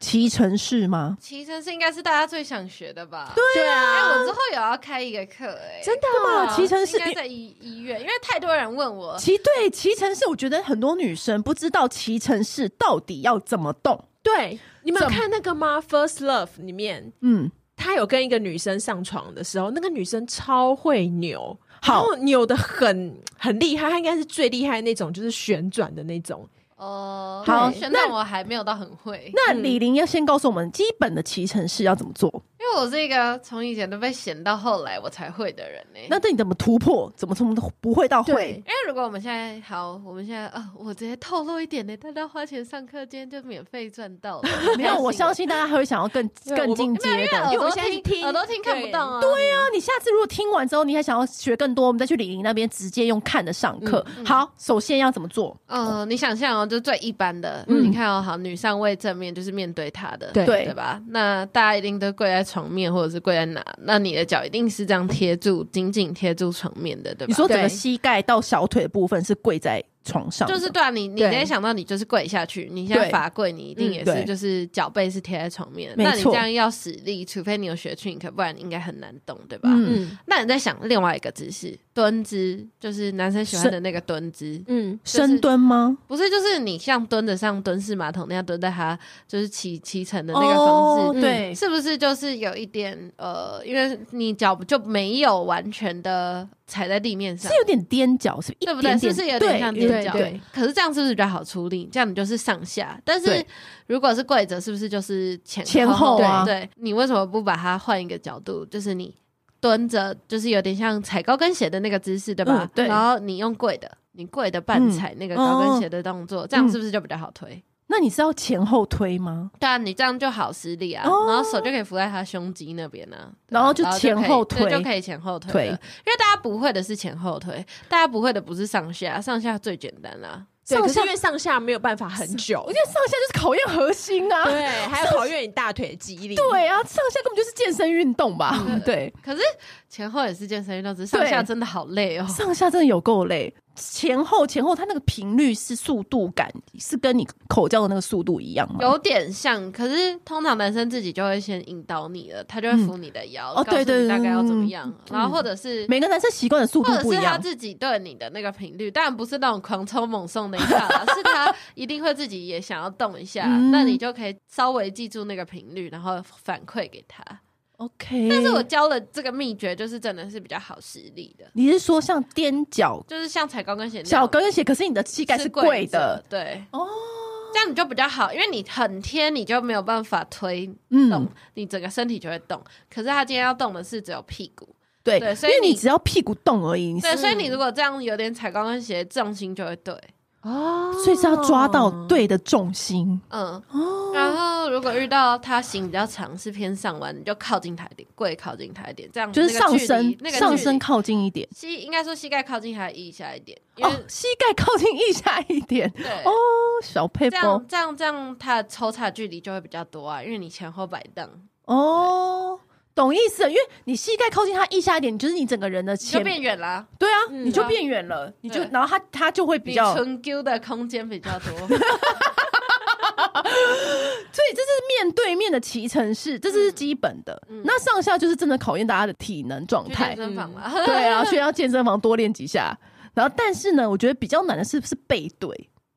S1: 骑乘式吗？
S3: 骑乘是应该是大家最想学的吧？对啊，哎，我之后有要开一个课，哎，
S2: 真的
S1: 干嘛
S3: 对啊
S1: 骑乘式
S3: 应该在医医院，因为太多人问
S2: 哦
S3: 我，
S1: 骑对骑乘式，我觉得很多女生不知道骑乘式到底要怎么动。
S2: 对，你们有
S1: 怎么
S2: 看那个吗？First Love 里面，
S1: 嗯，
S2: 他有跟一个女生上床的时候，那个女生超会扭，然
S1: 好，
S2: 后扭的很很厉害，她应该是最厉害那种，就是旋转的那种。
S3: 哦，
S1: 好
S3: 现在我还没有到很会，
S1: 那李玲要先告诉我们基本的骑乘式要怎么做。
S3: 因为我是一个从以前都被嫌到后来我才会的人呢。
S1: 那对你怎么突破？怎么从不会到会
S2: 对？
S3: 因为如果我们现在好，我们现在啊、我直接透露一点呢，大家花钱上课，今天就免费赚到了。
S1: 没有，我相信大家还会想要更
S2: 对
S1: 更
S2: 我
S1: 进阶的。
S3: 因为
S2: 因为
S3: 耳
S2: 我
S3: 朵
S2: 现在是
S3: 听
S2: 听
S3: 耳朵听看不
S2: 对
S3: 到啊。对啊，
S1: 那你下次如果听完之后，你还想要学更多，我们再去李玲那边直接用看的上课。好，首先要怎么做？
S3: 嗯、你想象哦，就最一般的，
S1: 嗯
S3: 你看哦，好，女上位正面就是面对她的，
S2: 对
S3: 对吧？那大家一定都跪在床面或者是跪在哪，那你的脚一定是这样贴住，紧紧贴住床面的，对吧？
S1: 你说整个
S2: 对
S1: 膝盖到小腿的部分是跪在床上的，
S3: 就是对啊，你你
S2: 对
S3: 今天想到你就是跪下去，你现在
S1: 对
S3: 罚跪，你一定
S2: 嗯
S3: 也是
S1: 对
S3: 就是脚背是贴在床面，
S1: 没
S3: 那你这
S1: 错
S3: 样要使力，除非你有学 t r 不然应该很难动，对吧？
S1: 嗯
S2: 嗯
S3: 那你在想另外一个姿势，蹲姿，就是男生喜欢的那个蹲姿，
S2: 嗯，
S3: 就是
S1: 深蹲吗？
S3: 不是就是你像蹲着像蹲式马桶那样蹲在他就是骑骑乘的
S1: 的
S3: 那个方
S2: 哦嗯
S3: 式。
S1: 对，
S3: 是不是就是有一点呃，因为你脚就没有完全的踩在地面上
S1: 是，有点踮脚，是不是
S3: 对不
S1: 一点
S3: 对？是
S1: 点，
S3: 不是有点像踮脚？
S2: 对对
S3: 可是这样是不是比较好处理？这样你就是上下，但是
S1: 对
S3: 如果是跪着，是不是就是前
S1: 前后啊
S3: 对，对你为什么不把它换一个角度？就是你蹲着，就是有点像踩高跟鞋的那个姿势，对吧？
S1: 嗯对嗯
S3: 然后你用跪的，你跪的半踩那个高跟鞋的动作，这样是不是就比较好推？
S1: 那你是要前后推吗？
S3: 对啊，你这样就好施力啊，
S1: 哦
S3: 然后手就可以扶在他胸肌那边呢、啊，
S1: 然后就
S3: 然后
S1: 前后
S3: 就可以
S1: 推
S3: 对就可以前后推
S1: 推
S3: 了，因为大家不会的是前后推，大家不会的不是上下，上下最简单啊啦、
S2: 对，
S1: 上
S2: 可是
S1: 下
S2: 因为上下没有办法很久
S1: 我，觉得上下就是考验核心啊，
S2: 对，还要考验你大腿的肌力。
S1: 对啊，上下根本就是健身运动吧？
S3: 嗯
S1: 对，
S3: 可是前后也是健身运动，只是上
S1: 对
S3: 下真的好累哦。
S1: 上下真的有够累。前后前后，它那个频率是速度感，是跟你口交的那个速度一样吗？
S3: 有点像，可是通常男生自己就会先引导你了，他就会扶你的腰，
S1: 哦
S3: 告诉
S1: 对对
S3: 你
S1: 对
S3: 大概要怎么
S1: 嗯
S3: 样，啊然后或者是
S1: 每个男生习惯的速度
S3: 或者
S1: 不一
S3: 是他
S1: 样，
S3: 自己对你的那个频率，当然不是那种狂抽猛送那一 下啦，是他一定会自己也想要动一下，
S1: 嗯
S3: 那你就可以稍微记住那个频率，然后反馈给他。
S1: OK，
S3: 但是我教了这个秘诀，就是真的是比较好实力的，
S1: 你是说像踮脚、
S3: 就是像踩高跟鞋那样，
S1: 小高跟鞋，可是你的膝盖是跪
S3: 着
S1: 的，
S3: 对。
S1: 哦，
S3: 这样你就比较好，因为你很贴，你就没有办法推动
S1: 嗯，，
S3: 你整个身体就会动。可是他今天要动的是只有屁股，
S1: 对，
S3: 对
S1: 因
S3: 所以
S1: 为你
S3: 你
S1: 只要屁股动而已，你
S3: 对，
S1: 是
S3: 所以你如果这样有点踩高跟鞋，重心就会对。
S2: 哦，
S1: 所以是要抓到对的重心。
S3: 嗯，
S1: 哦
S3: 然后如果遇到他行比较长，是偏上弯，你就靠近他一点，跪靠近他一点，这样
S1: 就是
S3: 嗯那个
S1: 上
S3: 距离
S1: 身，
S3: 那个距
S1: 上
S3: 离
S1: 身靠近一点，
S3: 膝应该说膝盖靠近他腋下一点，因为、
S1: 哦，膝盖靠近腋下一点，
S3: 对
S1: 哦，小配
S3: 这
S1: 包
S3: 样，这样这样，它的抽插距离就会比较多啊，因为你前后摆荡，
S1: 哦，懂意思了，因为你膝盖靠近他腋下一点，你就是你整个人的
S3: 你就
S1: 前，
S3: 变远啦，
S1: 对啊，
S2: 嗯
S1: 你就变远了，你就
S3: 对
S1: 然后他他就会比
S3: 你
S1: 较，所
S3: 存丢的空间比较多。
S1: 以这是面对面的骑乘式，这是基本的。
S3: 嗯
S1: 那上下就是真的考验大家的体能状
S3: 去
S1: 态
S3: 健，身房啦，
S1: 对啊，去要健身房多练几下。然后，但是呢，我觉得比较难的是是背对，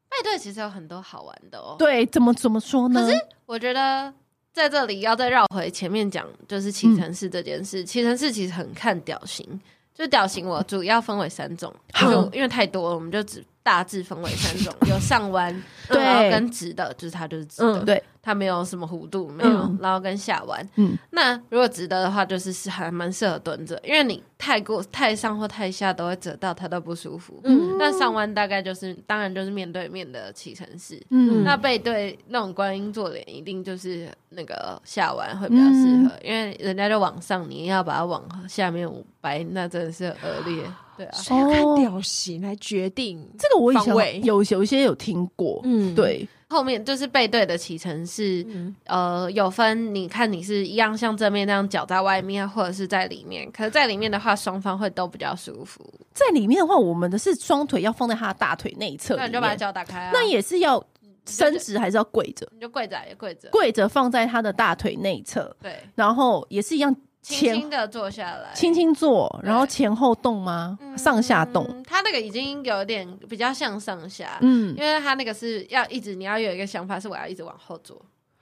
S3: 派对其实有很多好玩的哦。
S1: 对，怎么怎么说呢？
S3: 可是我觉得在这里要再绕回前面讲，就是
S1: 嗯
S3: 骑乘式这件事。骑乘式其实很看屌型，就屌型我主要分为三种，
S1: 嗯好
S3: 就是因为太多了，我们就只大致分为三 种，有上弯，
S1: 对
S3: 然后跟直的，就是它就是直的，
S2: 嗯
S1: 对，
S3: 它没有什么弧度，没有，
S1: 嗯
S3: 然后跟下弯。
S1: 嗯，
S3: 那如果直的的话，就是是还蛮适合蹲着，因为你太过太上或太下都会折到它都不舒服。
S2: 嗯
S3: 那上弯大概就是，当然就是面对面的骑乘式，
S1: 嗯，
S3: 那背对那种观音坐脸，一定就是那个下弯会比较适合，
S1: 嗯
S3: 因为人家就往上，你要把它往下面掰，那真的是恶劣。对啊，
S2: 所以要看
S1: 哦
S2: 屌型来决定。
S1: 这个我以
S2: 方
S1: 前
S2: 位
S1: 有有一些有听过，
S2: 嗯，
S1: 对，
S3: 后面就是背对的起程是、
S2: 嗯
S3: 呃有分，你看你是一样像正面那样脚在外面，或者是在里面。可是，在里面的话，双方会都比较舒服。
S1: 在里面的话，我们的是双腿要放在他的大腿内侧里
S3: 那
S1: 面，
S3: 你就把脚打开啊，
S1: 那也是要伸直还是要跪着？
S3: 你就跪着也跪着，
S1: 跪着放在他的大腿内侧，
S3: 对，
S1: 然后也是一样
S3: 轻
S1: 前
S3: 轻的坐下来，
S1: 轻轻坐，
S3: 对
S1: 然后前后动吗？上下动，
S3: 嗯。它那个已经有点比较像上下，
S1: 嗯，
S3: 因为他那个是要一直，你要有一个想法，是我要一直往后坐，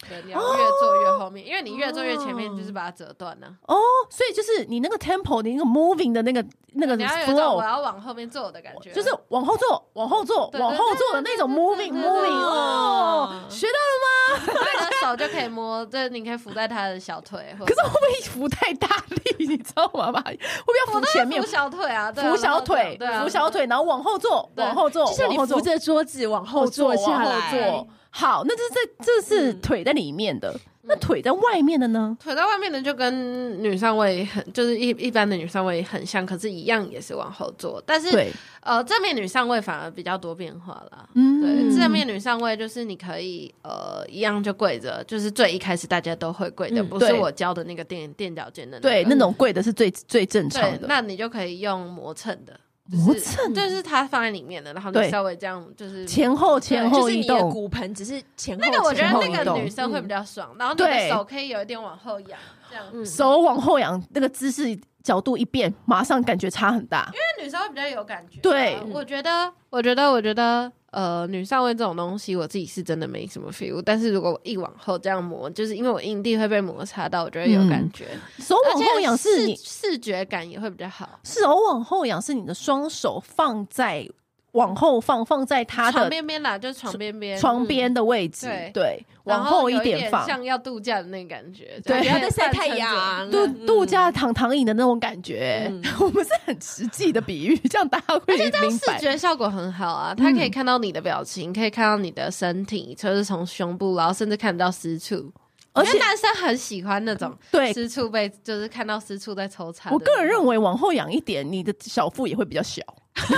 S3: 对，你要
S1: 哦
S3: 越坐越后面，因为你越坐越前面，
S2: 哦
S3: 就是把它折断呢、
S1: 哦，所以就是你那个 tempo 的那个 moving 的那个那个
S3: 你要有一种我
S1: flow，
S3: 要往后面坐的感觉，
S1: 就是往后坐，往后坐，
S3: 对对
S1: 往后坐的那种
S3: 对对
S1: moving
S3: 对对对对
S1: moving，哦，
S2: 对
S1: 学到了吗？
S3: 那你的手就可以摸，就是你可以扶在他的小腿，或
S1: 可
S3: 者
S1: 是会不会扶太大力？你知道吗？会不会要扶前面
S3: 扶？小腿啊，对啊
S1: 扶小腿，
S3: 对啊，
S1: 扶小腿，然后往后坐，
S3: 对
S1: 往后坐，
S2: 就像你
S1: 往后坐
S2: 扶着桌子往后
S1: 后
S2: 坐下
S1: 往后
S2: 来
S1: 坐，好，那这这这是
S3: 嗯
S1: 腿在里面的，那腿在外面的呢？
S3: 腿在外面的就跟女上位很，就是一一般的女上位很像，可是一样也是往后坐，但是
S1: 对，
S3: 呃，正面女上位反而比较多变化啦。
S1: 嗯
S3: 对，正面女上位就是你可以呃一样就跪着，就是最一开始大家都会跪的，
S2: 嗯
S3: 不是
S1: 对
S3: 我教的那个垫垫脚尖的、
S1: 对，
S3: 那
S1: 那
S3: 个
S1: 种跪的是最最正常
S3: 嗯对，
S1: 的。
S3: 那你就可以用磨蹭的，就是
S1: 磨蹭
S3: 就是它放在里面的，然后
S1: 对
S3: 你稍微这样就是
S1: 前后前
S2: 就
S1: 后
S2: 是
S1: 移
S2: 你的
S1: 动，
S2: 骨盆只是前后。
S3: 那个我觉得
S1: 前后移
S3: 那个
S1: 动嗯
S3: 女生会比较爽，然后你
S1: 对
S3: 的手可以有一点往后仰，这样，因
S2: 嗯
S1: 手往后仰，那个姿势角度一变，马上感觉差很大。
S3: 为女生会比较有感觉。
S1: 对
S3: 呃我觉得，我觉得，我觉得。呃，女上位这种东西，我自己是真的没什么 feel。但是如果我一往后这样磨，就是因为我阴蒂会被摩擦到，我觉得有感
S1: 嗯
S3: 觉。
S1: 手
S3: 而
S1: 往
S3: 且
S1: 后仰是
S3: 视
S1: 你
S3: 视觉感也会比较好，
S1: 手往后仰是你的双手放在往后放放在他
S3: 床
S1: 的
S3: 边边啦，就是床边边，嗯
S1: 床边的位置
S3: 对，
S1: 对，
S3: 然
S1: 往
S3: 后
S1: 后
S3: 有一
S1: 点放，
S3: 像要度假的那个感觉，
S1: 对
S2: 不
S3: 不
S2: 要再晒太阳，
S1: 度
S2: 嗯
S1: 度假躺躺椅的那种感觉，
S2: 嗯
S1: 我们是很实际的比喻，这样大家会明
S3: 视
S1: 白。嗯
S3: 觉效果很好啊，它可以看到你的表情，可以看到你的身体，就是从胸部，然后甚至看得到私处。
S1: 而
S3: 我
S1: 且
S3: 觉得男生很喜欢那种
S1: 对
S3: 私处被，就是看到私处在抽插的
S1: 我
S3: 那种。
S1: 个人认为，往后仰一点，你的小腹也会比较小， 因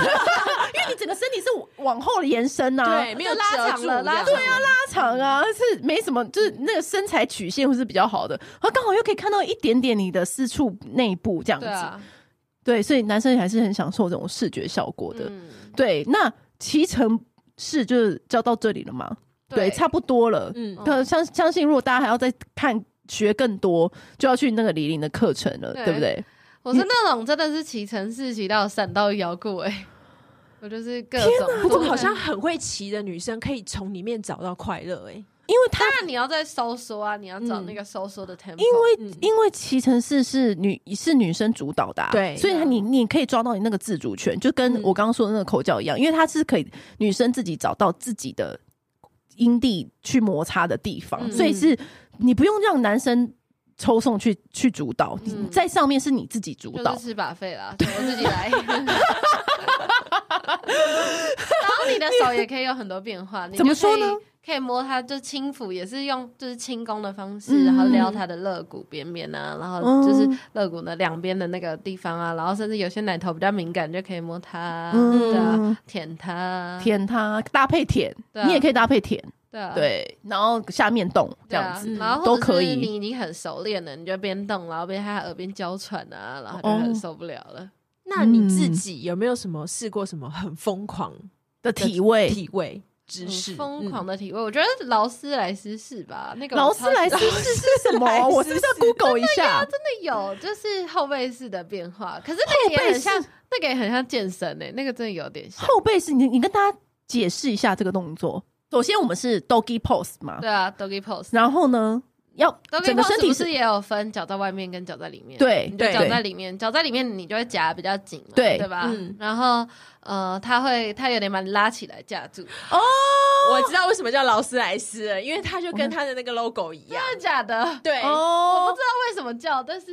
S1: 为你整个身体是往后延伸啊呐、
S2: 对，没有
S3: 拉
S2: 遮
S3: 长
S2: 住这
S3: 了
S2: 样
S3: 拉长
S1: 对啊，拉长啊，是没什么，就是那个身材曲线会是比较好的，然后刚好又可以看到一点点你的私处内部这样子，
S3: 对啊，
S1: 对，所以男生还是很享受这种视觉效果的。
S3: 嗯，
S1: 对，那骑乘式就是教到这里了吗？对，差不多了。
S2: 嗯
S3: 嗯
S1: 可相相信，如果大家还要再看学更多，就要去那个李玲的课程了，
S3: 对
S1: 对不对？
S3: 我是那种真的是骑乘式骑到闪到摇过哎，我就是各种。
S2: 不过好像很会骑的女生可以从里面找到快乐，哎，
S1: 因为他
S3: 当然你要在收缩啊，你要找那个收缩的 tempo。
S1: 嗯因为
S2: 嗯
S1: 因为骑乘式是女是女生主导的、啊，
S2: 对
S1: 所以你你可以抓到你那个自主权，就跟
S2: 嗯
S1: 我刚刚说的那个口角一样，因为它是可以女生自己找到自己的阴蒂去摩擦的地方，
S3: 嗯
S1: 所以是你不用让男生抽送去去主导，你
S3: 嗯
S1: 在上面是你自己主
S3: 就
S1: 导
S3: 是，吃把费啦，我自己来。然后你的手也可以有很多变化。你
S1: 怎么
S3: 就
S1: 说
S3: 可以
S1: 呢？
S3: 可以摸它，就轻抚，也是用就是轻功的方式，
S1: 嗯哦
S3: 然后撩它的肋骨边边啊，然后就是肋骨的两边的那个地方啊，然后甚至有些奶头比较敏感，就可以摸它，对啊，
S1: 嗯，
S3: 舔它，
S1: 舔它搭配舔，
S3: 对啊
S1: 你也可以搭配舔，
S3: 对啊。
S1: 对，然后下面动这
S3: 对
S1: 样
S3: 啊
S1: 子，，
S3: 然后
S1: 都
S3: 或者
S1: 可
S3: 是
S1: 以
S3: 你已经很熟练了，你就边动，然后边在它耳边娇喘啊，然后它就很
S1: 哦
S3: 受不了了。
S2: 那你自己有没有什么试过什么很疯狂
S1: 的体位。
S2: 体位姿
S3: 嗯
S2: 势？
S3: 疯
S2: 嗯
S3: 狂的体位，我觉得劳斯莱斯是吧？那个我
S1: 劳斯
S3: 超级
S1: 莱斯是是什
S2: 莱
S1: 么？
S2: 斯
S1: 我是不是要 Google 一下？
S3: 真的有，就是后背式的变化，可是那个也很像，那个也很像健身诶、那个真的有点像。
S1: 后背是你，你跟大家解释一下这个动作。首先，我们是 doggy pose 嘛，
S3: 对啊，doggy pose，doggy
S1: 然后呢，要
S3: pose
S1: 整个身体
S3: 不是也有分脚在外面跟脚在里面？，
S1: 对
S3: 你就
S1: 对
S3: 脚在里面，脚在里面你就会夹比较紧嘛，
S1: 对
S3: 对吧？
S2: 嗯
S3: 然后呃，它会它有点把你拉起来架住，真
S2: 我知道为什么叫劳斯莱斯了，因为它就跟它的那个 logo 一样。
S3: 的假的？不知
S2: 对，它
S1: 哦，
S3: 道为什么叫，但是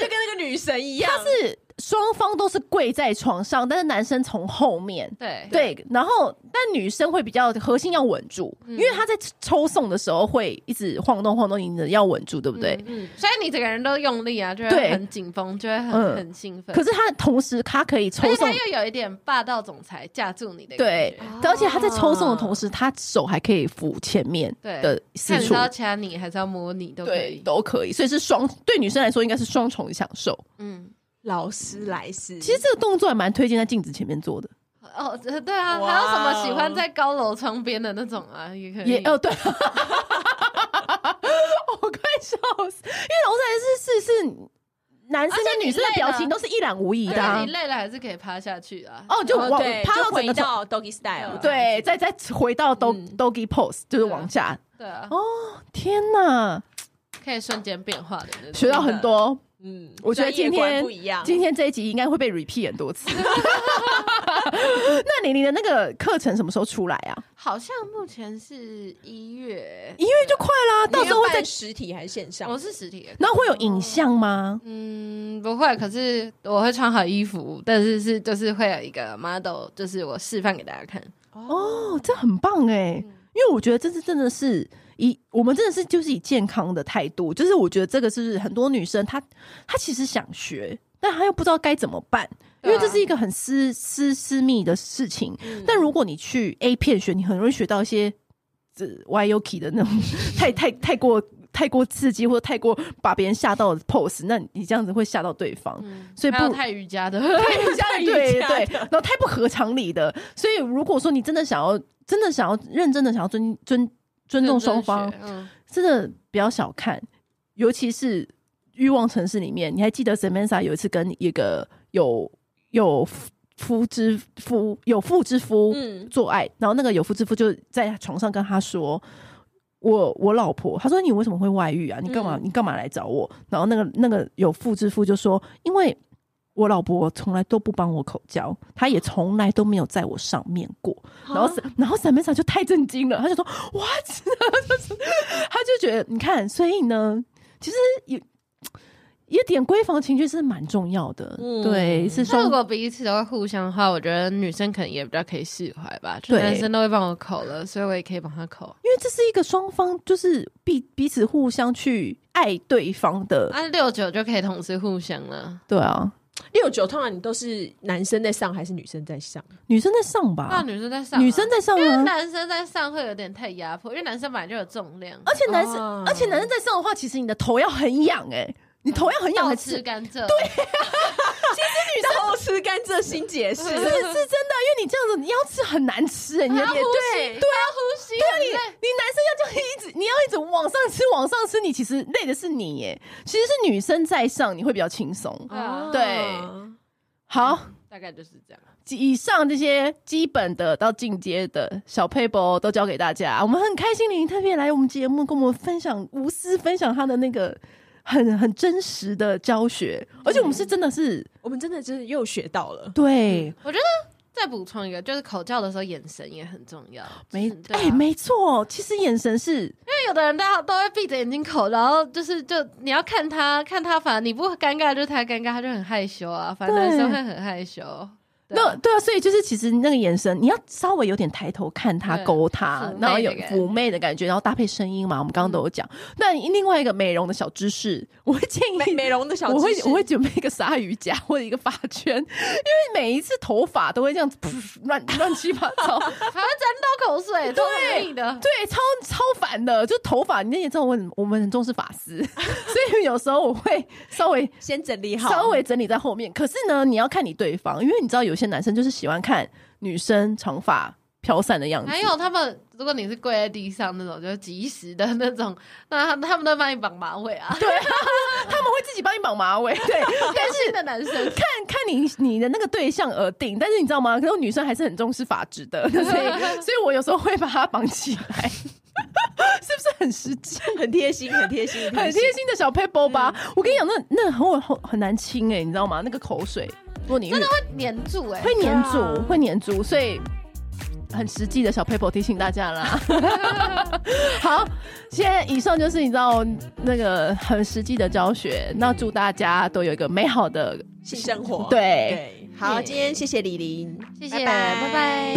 S2: 就跟那个女神一样。
S1: 是双方都是跪在床上，但是男生从后面。
S3: 对嗯
S1: 对，然后但女生会比较核心要稳住，因为她在抽送的时候会一直晃动晃动，你的要稳住，对不对？
S3: 嗯，所以你整个人都用力啊，就会
S1: 对
S3: 很紧绷，就会很、
S1: 嗯
S3: 很兴奋。
S1: 可是她同时她可以
S3: 而
S1: 抽
S3: 且
S1: 送
S3: 它，又有一点霸道总裁架住你的感
S1: 对
S3: 觉，
S1: 而且她在抽送的同
S2: 哦
S1: 时，她手还可以扶前面
S3: 哦对
S1: 的
S3: 看
S1: 次
S3: 你
S1: 数
S3: 是，要掐你还是要摸你都可
S1: 对，
S3: 以。
S1: 都可以，所以是双对女生来说应该是双重享受。
S3: 嗯，
S2: 劳斯莱斯，
S1: 其实这个动作还蛮推荐在镜子前面做的，
S3: 哦，这对
S2: 哇
S3: 啊，
S2: 哦
S3: 还有什么喜欢在高楼窗边的那种啊，也可以。
S1: 也哦对， 我快笑死，因为龙山是是是男生跟女生的表情都是一览无遗
S3: 对
S1: 的啊、
S3: 你累了还是可以趴下去啊。
S1: 哦，就
S2: 哦
S1: 往
S2: 对
S1: 趴
S2: 就
S1: 到整
S2: 回
S1: 个头，
S2: 到 doggy style，
S1: 对，再再回到 dog、
S2: 嗯
S1: doggy pose，就是往下。
S3: 对啊，
S1: 天哪，
S3: 可以瞬间变化的那种。
S1: 学到很多。
S2: 嗯，
S1: 我觉得今
S2: 专业观
S1: 天
S2: 不一样。
S1: 今天这一集应该会被 repeat 很多次。 那玲玲的那个课程什么时候出来啊？
S3: 好像目前是一月，
S1: 一月就快啦，到时候会再哦
S2: 你要办，实体还是线上
S3: 我？是实体的。
S1: 然后会有影像吗？
S3: 嗯，不会。可是我会穿好衣服，但是是就是会有一个 model，就是我示范给大家看。
S1: 哦，这很棒哎、
S3: 嗯
S1: 因为我觉得这是真的是以我们真的是就是以健康的态度，就是我觉得这个是很多女生她她其实想学，但她又不知道该怎么办，因为
S3: 对啊嗯
S1: 这是一个很私私私密的事情。
S2: 嗯
S1: 但如果你去 A 片学，你很容易学到一些这 YUK 的那种 太太太过。太过刺激或者太过把别人吓到的 pose，那你这样子会吓到对方，所以不
S3: 嗯还有泰瑜伽 的，
S1: 对对对，然后太不合常理的。所以如果说你真的想要，真的想要认真的想要尊尊尊重双方，
S3: 嗯，
S1: 真的不要小看，尤其是欲望城市里面，你还记得 Samantha 有一次跟一个有有夫夫之夫有妇之夫
S2: 嗯
S1: 做爱，然后那个有妇之夫就在床上跟他说。我我老婆，他说你为什么会外遇啊？你干嘛、你干嘛来找我？然后那个那个有妇之夫就说，因为我老婆从来都不帮我口交，她也从来都没有在我上面过。然
S2: 啊
S1: 后，然后 Samantha 就太震惊了，她就说 “What？” 她就觉得，你看，所以呢，其实有有点闺房情趣是蛮重要的，
S2: 嗯
S1: 对，是
S3: 那如
S1: 双
S3: 果彼此都会互相的话，我觉得女生可能也比较可以释怀吧。就
S1: 对
S3: 男生都会帮我口了，所以我也可以帮他口。
S1: 因为这是一个双方就是彼彼此互相去爱对方的，
S3: 啊，六九就可以同时互相了。
S1: 对啊，
S2: 六九通常你都是男生在上还是女生在上？
S1: 女生在上
S3: 那
S1: 吧，
S3: 女生在上啊，
S1: 女生在上
S3: 因为
S1: 啊，
S3: 男生在上会有点太压迫，因为男生本来就有重量，
S1: 而且男生，
S3: 啊
S2: 哦
S1: 而且男生在上的话，其实你的头要很痒哎、你头要很痒
S3: 倒
S1: 才
S3: 吃
S1: 吃，
S3: 甘蔗。对，
S2: 偷吃甘蔗新解释
S1: 是 是真的，因为你这样子你要吃很难吃哎、你
S3: 还
S1: 的
S3: 要呼
S1: 脸
S3: 吸，对，要呼吸，
S1: 你
S3: 很累。
S1: 你男生要这样一直，你要一直往上吃，往上吃，你其实累的是你耶，其实是女生在上，你会比较轻松。
S2: 哦
S3: 啊
S1: 对好，
S3: 大概就是这样。
S1: 以上这些基本的到进阶的小 paper 都教给大家，我们很开心玲玲特别来我们节目跟我们分享，无私分享她的那个很 很真实的教学，
S3: 嗯
S1: 而且我们是真的是
S2: 我们真的就是又学到了。
S1: 对，
S3: 我觉得再补充一个，就是口罩的时候眼神也很重要。
S1: 没
S3: 嗯对啊
S1: 哎、没错，其实眼神是
S3: 因为有的人他都会闭着眼睛口，然后就是就你要看他看他，反正你不尴尬就是他尴尬，他就很害羞啊。反正
S1: 对
S3: 男生会很害羞，
S1: 那对啊，所以就是其实那个眼神，你要稍微有点抬头看他、
S3: 对
S1: 勾他
S3: 抚，
S1: 然后
S3: 媚
S1: 有
S3: 的感觉嗯
S1: 妩媚的感觉，然后搭配声音嘛，我们刚刚都有讲。那另外一个美容的小知识，我会建
S2: 美
S1: 议
S2: 美容的小知
S1: 我会
S2: 识
S1: 我会准备一个鲨鱼夹 或者一个发圈，因为每一次头发都会这样子 噗乱乱七八 糟，
S3: 还会沾到口水，超容易的。
S1: 对，超超烦的。就头发，你也知道我很我们很重视发丝， 所以有时候我会稍微
S2: 先整理好，
S1: 稍微整理在后面。可是呢，你要看你对方，因为你知道有些男生就是喜欢看女生长发飘散的样子，
S2: 哎
S3: 还有他们，如果你是跪在地上那种，就是及时的那种，那他他们都帮你绑马尾啊。
S1: 对，他们会自己帮你绑马尾， 对， 但是
S3: 的男生
S1: 看看你你的那个对象而定，但是你知道吗？可是我女生还是很重视发质的，所 以所以我有时候会把它绑起来，是不是很实际？
S2: 很贴心，很贴心，
S1: 很贴心的小 paper 吧？我跟你讲，那那很很很难清哎、你知道吗？那个口水，如果你遇
S3: 会黏住哎、
S1: 会粘
S2: 对啊
S1: 住，会粘住，所以很实际的小 paper 提醒大家啦。 好，现在以上就是你知道那个很实际的教学，那祝大家都有一个美好的
S2: 性生活。
S1: 对。
S2: 对，好，今天谢谢李玲，
S3: 谢谢，拜拜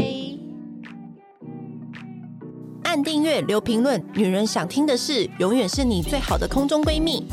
S4: 按订阅、留评论，女人想听的事，永远是你最好的空中闺蜜。